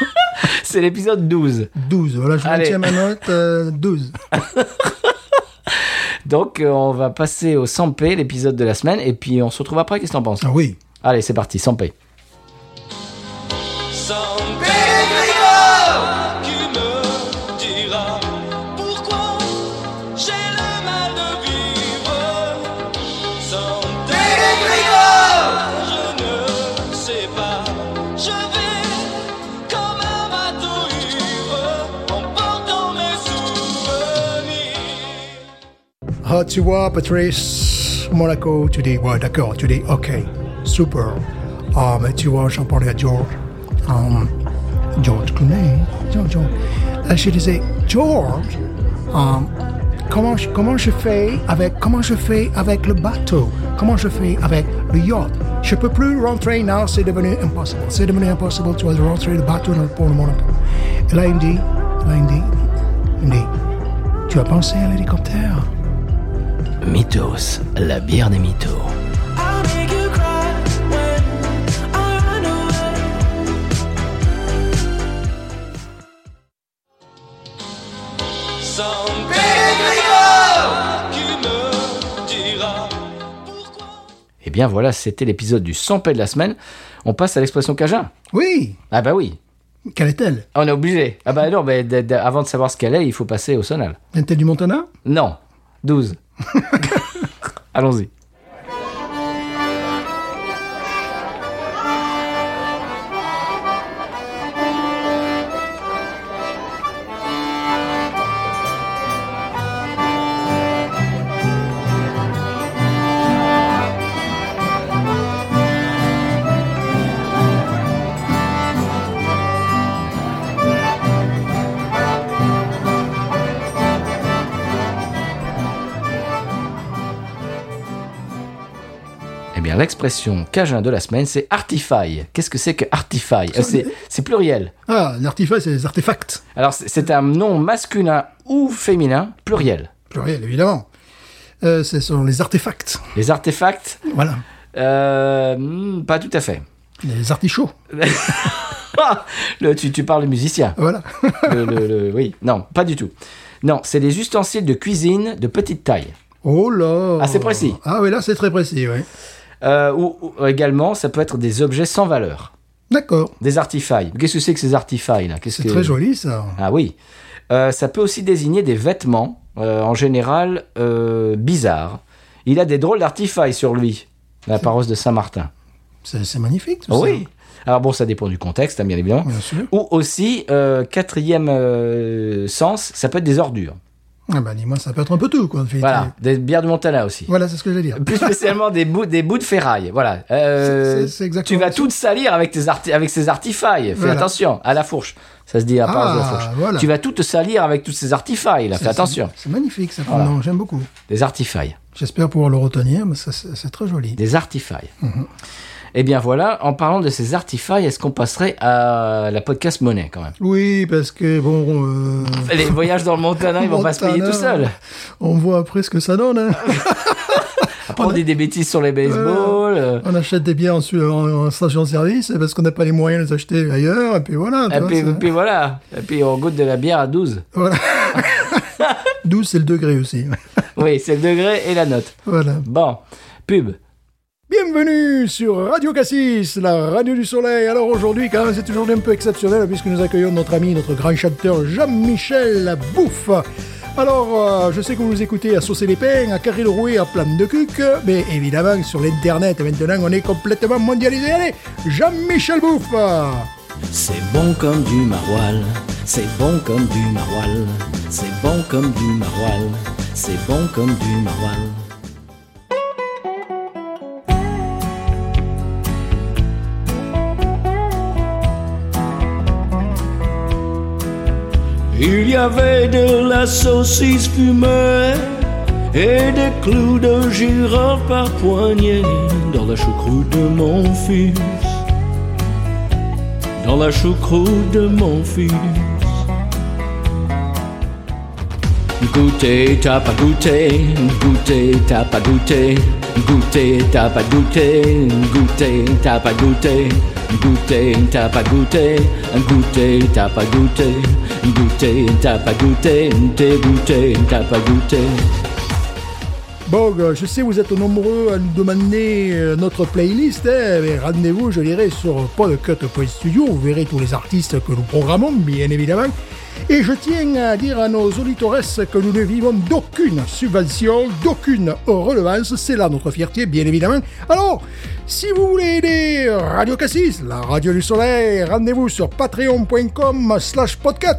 Speaker 1: C'est l'épisode 12.
Speaker 2: 12. Voilà, je
Speaker 1: Allez.
Speaker 2: maintiens ma note. euh, 12.
Speaker 1: Donc, euh, on va passer au 100p, l'épisode de la semaine, et puis on se retrouve après. Qu'est-ce que t'en penses
Speaker 2: Ah oui.
Speaker 1: Allez, c'est parti, 100p.
Speaker 4: Sans bégrillard qui me dira pourquoi j'ai le mal de vivre. Sans bégrillard, je ne sais pas. Je vais comme un bateau ivre en portant mes souvenirs.
Speaker 2: Ah, tu vois, Patrice, Monaco, tu dis, ouais, d'accord, tu dis, ok, super. Ah, mais tu vois, j'en parlais à George. Hum, George Clooney, George, George. Et je disais, George, hum, comment, je- comment je fais avec, comment je fais avec le bateau? Comment je fais avec le yacht? Je peux plus rentrer now, c'est devenu impossible. C'est devenu impossible, tu vois, de rentrer le bateau dans le port de Monaco. Et là, il me dit, là, il me dit, il me dit, tu as pensé à l'hélicoptère?
Speaker 1: Mythos, la bière des mythos.
Speaker 5: I'll make you cry when I run away.
Speaker 4: Sans bégrillard qui me dira pourquoi.
Speaker 1: Eh bien voilà, c'était l'épisode du 100p de la semaine. On passe à l'expression Cajun.
Speaker 2: Oui!
Speaker 1: Ah bah oui,
Speaker 2: Quelle est-elle
Speaker 1: on est obligé. Ah bah non, mais d- d- avant de savoir ce qu'elle est, il faut passer au sonal.
Speaker 2: Est-elle du Montana
Speaker 1: Non, 12. Allons-y. Eh bien l'expression Cajun de la semaine, c'est Artify. Qu'est-ce que c'est que Artify Euh, C'est c'est pluriel.
Speaker 2: Ah, l'artefact, c'est les artefacts.
Speaker 1: Alors c'est- c'est un nom masculin ou féminin, pluriel.
Speaker 2: Pluriel, évidemment. euh, ce sont les artefacts.
Speaker 1: Les artefacts
Speaker 2: Voilà.
Speaker 1: Euh, hmm, Pas tout à fait. Ah,
Speaker 2: Les artichauts.
Speaker 1: Le- tu, tu parles de musicien.
Speaker 2: Voilà.
Speaker 1: Le- le- le- oui, non, pas du tout. Non, c'est des ustensiles de cuisine de petite taille.
Speaker 2: Oh là
Speaker 1: Ah, c'est précis.
Speaker 2: Ah oui, là, c'est très précis, oui.
Speaker 1: Euh, ou, ou également, ça peut être des objets sans valeur,
Speaker 2: D'accord.
Speaker 1: des artefacts. Qu'est-ce que c'est que ces artefacts là Qu'est-ce
Speaker 2: C'est
Speaker 1: que-
Speaker 2: très joli, ça.
Speaker 1: Ah oui. Euh, ça peut aussi désigner des vêtements, euh, en général euh, bizarres. Il a des drôles d'artefacts sur lui, la paroisse de Saint-Martin.
Speaker 2: C'est c'est magnifique, tout ça.
Speaker 1: Oui. Alors bon, ça dépend du contexte, hein, bien évidemment.
Speaker 2: Bien sûr.
Speaker 1: Ou aussi, euh, quatrième euh, sens, ça peut être des ordures.
Speaker 2: Ah bah, dis-moi, ça peut être un peu tout, quoi. en fait.
Speaker 1: Voilà, des bières de Montana aussi.
Speaker 2: Voilà, c'est ce que j'allais dire.
Speaker 1: Plus spécialement des bouts, des bouts de ferraille. Voilà. Euh,
Speaker 2: C'est- c'est- c'est exactement
Speaker 1: tu vas
Speaker 2: ça.
Speaker 1: tout salir avec tes arti- avec ces artefacts. Fais
Speaker 2: Voilà.
Speaker 1: attention à la fourche. Ça se dit à part
Speaker 2: Ah,
Speaker 1: de la fourche.
Speaker 2: voilà.
Speaker 1: Tu vas tout te salir avec tous ces artefacts. Là. Fais
Speaker 2: C'est-
Speaker 1: attention.
Speaker 2: C'est c'est magnifique, ça.
Speaker 1: Voilà.
Speaker 2: Non, j'aime beaucoup.
Speaker 1: Des artefacts.
Speaker 2: J'espère pouvoir le retenir, mais ça, c'est c'est très joli.
Speaker 1: Des artefacts.
Speaker 2: Mhm.
Speaker 1: Eh bien voilà. En parlant de ces artefacts, est-ce qu'on passerait à la podcast monnaie quand même
Speaker 2: Oui, parce que, bon... euh,
Speaker 1: Les voyages dans le Montana, ils vont pas se payer
Speaker 2: Montana,
Speaker 1: tout seuls.
Speaker 2: On voit après ce que ça donne. hein.
Speaker 1: Après, on dit des bêtises sur les baseballs. euh,
Speaker 2: On achète des bières en, su- en- en station-service parce qu'on n'a pas les moyens de les acheter ailleurs, et puis voilà. tu
Speaker 1: Et
Speaker 2: vois,
Speaker 1: puis,
Speaker 2: c'est-
Speaker 1: puis voilà. Et puis on goûte de la bière à 12.
Speaker 2: voilà. 12, c'est le degré aussi.
Speaker 1: Oui, c'est le degré et la note.
Speaker 2: voilà.
Speaker 1: Bon, pub.
Speaker 2: Bienvenue sur Radio Cassis, la radio du soleil. Alors aujourd'hui, quand même, c'est une journée un peu exceptionnelle puisque nous accueillons notre ami, notre grand chanteur Jean-Michel Labouffe. Alors, euh, je sais que vous nous écoutez à Saucer les Pins, à Carré le Rouet, à Plane de Cuc, mais évidemment, sur l'Internet, maintenant, on est complètement mondialisé. Allez, Jean-Michel Bouffe
Speaker 1: C'est bon comme du maroilles, c'est bon comme du maroilles, c'est bon comme du maroilles, c'est bon comme du maroilles.
Speaker 6: Il y avait de la saucisse fumée et des clous de girofle par poignée dans la choucroute de mon fils. Dans la choucroute de mon fils. Goûter, t'as pas goûté, goûter, t'as pas goûté, goûter, t'as pas goûté, goûter, t'as pas goûté, goûter, t'as pas goûté, goûter, t'as pas goûté, goûter, t'as pas goûté, t'es goûté, t'as pas goûté.
Speaker 2: Bon, euh, je sais vous êtes nombreux à nous demander euh, notre playlist, hein, mais rendez-vous, je dirais, sur podcut.studio, vous verrez tous les artistes que nous programmons, bien évidemment. Et je tiens à dire à nos auditeurs que nous ne vivons d'aucune subvention, d'aucune relevance, c'est là notre fierté, bien évidemment. Alors, si vous voulez aider Radio Cassis, la radio du soleil, rendez-vous sur patreon.com slash podcast.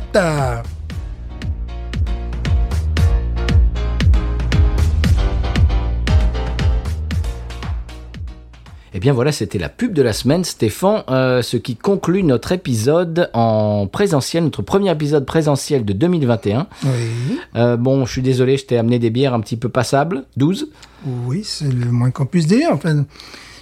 Speaker 1: Eh bien voilà, c'était la pub de la semaine, Stéphane, euh, ce qui conclut notre épisode en présentiel, notre premier épisode présentiel de 2021.
Speaker 2: Oui,
Speaker 1: Euh, bon, je suis désolé, je t'ai amené des bières un petit peu passables, 12.
Speaker 2: Oui, c'est le moins qu'on puisse dire. Enfin,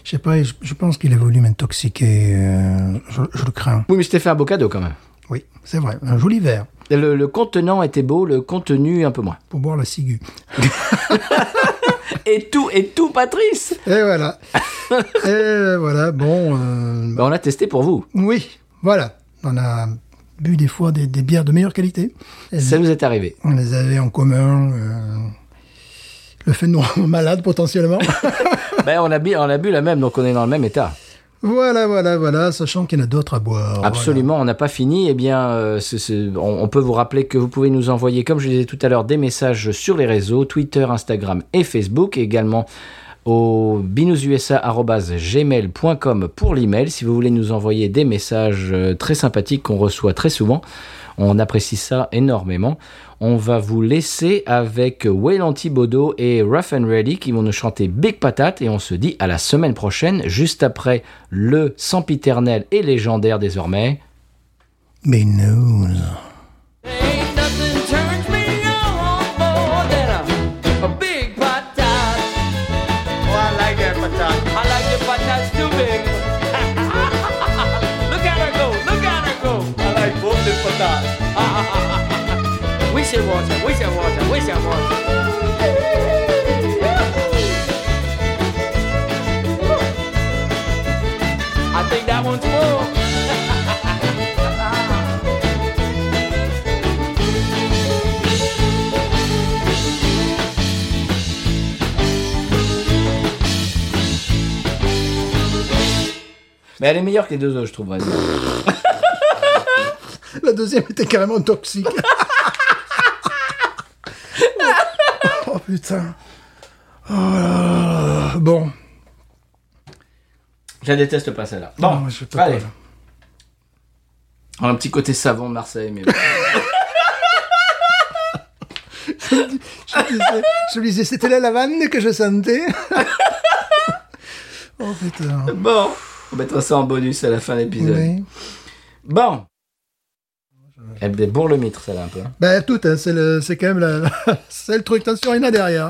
Speaker 2: je sais pas, je, je pense qu'il a voulu m'intoxiquer. euh, je, je le crains.
Speaker 1: Oui, mais je t'ai fait un beau cadeau quand même.
Speaker 2: Oui, c'est vrai. Un joli verre
Speaker 1: Le, le contenant était beau, le contenu un peu moins.
Speaker 2: pour boire la ciguë.
Speaker 1: Et tout, et tout, Patrice
Speaker 2: Et voilà. Et voilà, bon. euh,
Speaker 1: Ben, On l'a testé pour vous.
Speaker 2: oui, voilà. On a bu des fois des, des bières de meilleure qualité. Et
Speaker 1: Ça nous est arrivé.
Speaker 2: On les avait en commun. euh, le fait de nous rendre malades potentiellement.
Speaker 1: Ben, on a, bu, on a bu la même, donc on est dans le même état.
Speaker 2: voilà, voilà, voilà. Sachant qu'il y en a d'autres à boire. voilà.
Speaker 1: Absolument, on n'a pas fini. Eh bien, euh, ce- ce- on, on peut vous rappeler que vous pouvez nous envoyer, comme je le disais tout à l'heure, des messages sur les réseaux, Twitter, Instagram et Facebook, et également au binoususa.gmail.com pour l'email si vous voulez nous envoyer des messages euh, très sympathiques qu'on reçoit très souvent. On apprécie ça énormément. On va vous laisser avec Wayland Thibaudot et Rough and Ready qui vont nous chanter Big Patate et on se dit à la semaine prochaine, juste après le sempiternel et légendaire désormais.
Speaker 2: Mais nous.
Speaker 4: Ain't nothing turns me on more than a, a big patat. Oh, I like that patat. I like the patats too big. look at her go, look at her go. I like both the patats. we should watch her, we should watch her, we should watch her.
Speaker 1: Mais elle est meilleure que les deux autres, je trouve. vas-y.
Speaker 2: La deuxième était carrément toxique. oh putain. Oh là là. Bon.
Speaker 1: Je la déteste pas celle-là. Bon,
Speaker 2: Non, je peux
Speaker 1: allez.
Speaker 2: pas.
Speaker 1: On a un petit côté savon de Marseille, mais bon.
Speaker 2: Je lui disais- je lui disais, c'était la lavande que je sentais. oh putain.
Speaker 1: bon. On mettra ça en bonus à la fin de l'épisode.
Speaker 2: Oui.
Speaker 1: Bon. Elle débourre le mitre, celle-là, un peu. hein.
Speaker 2: Ben, tout, hein, c'est le- c'est quand même la, c'est le truc. Attention, il y en a derrière.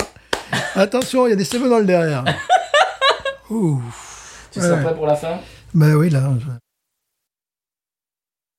Speaker 2: Attention, il y a des dans le derrière. Ouh.
Speaker 1: Tu seras
Speaker 2: Ouais.
Speaker 1: prêt pour la fin
Speaker 2: Ben oui, là. je-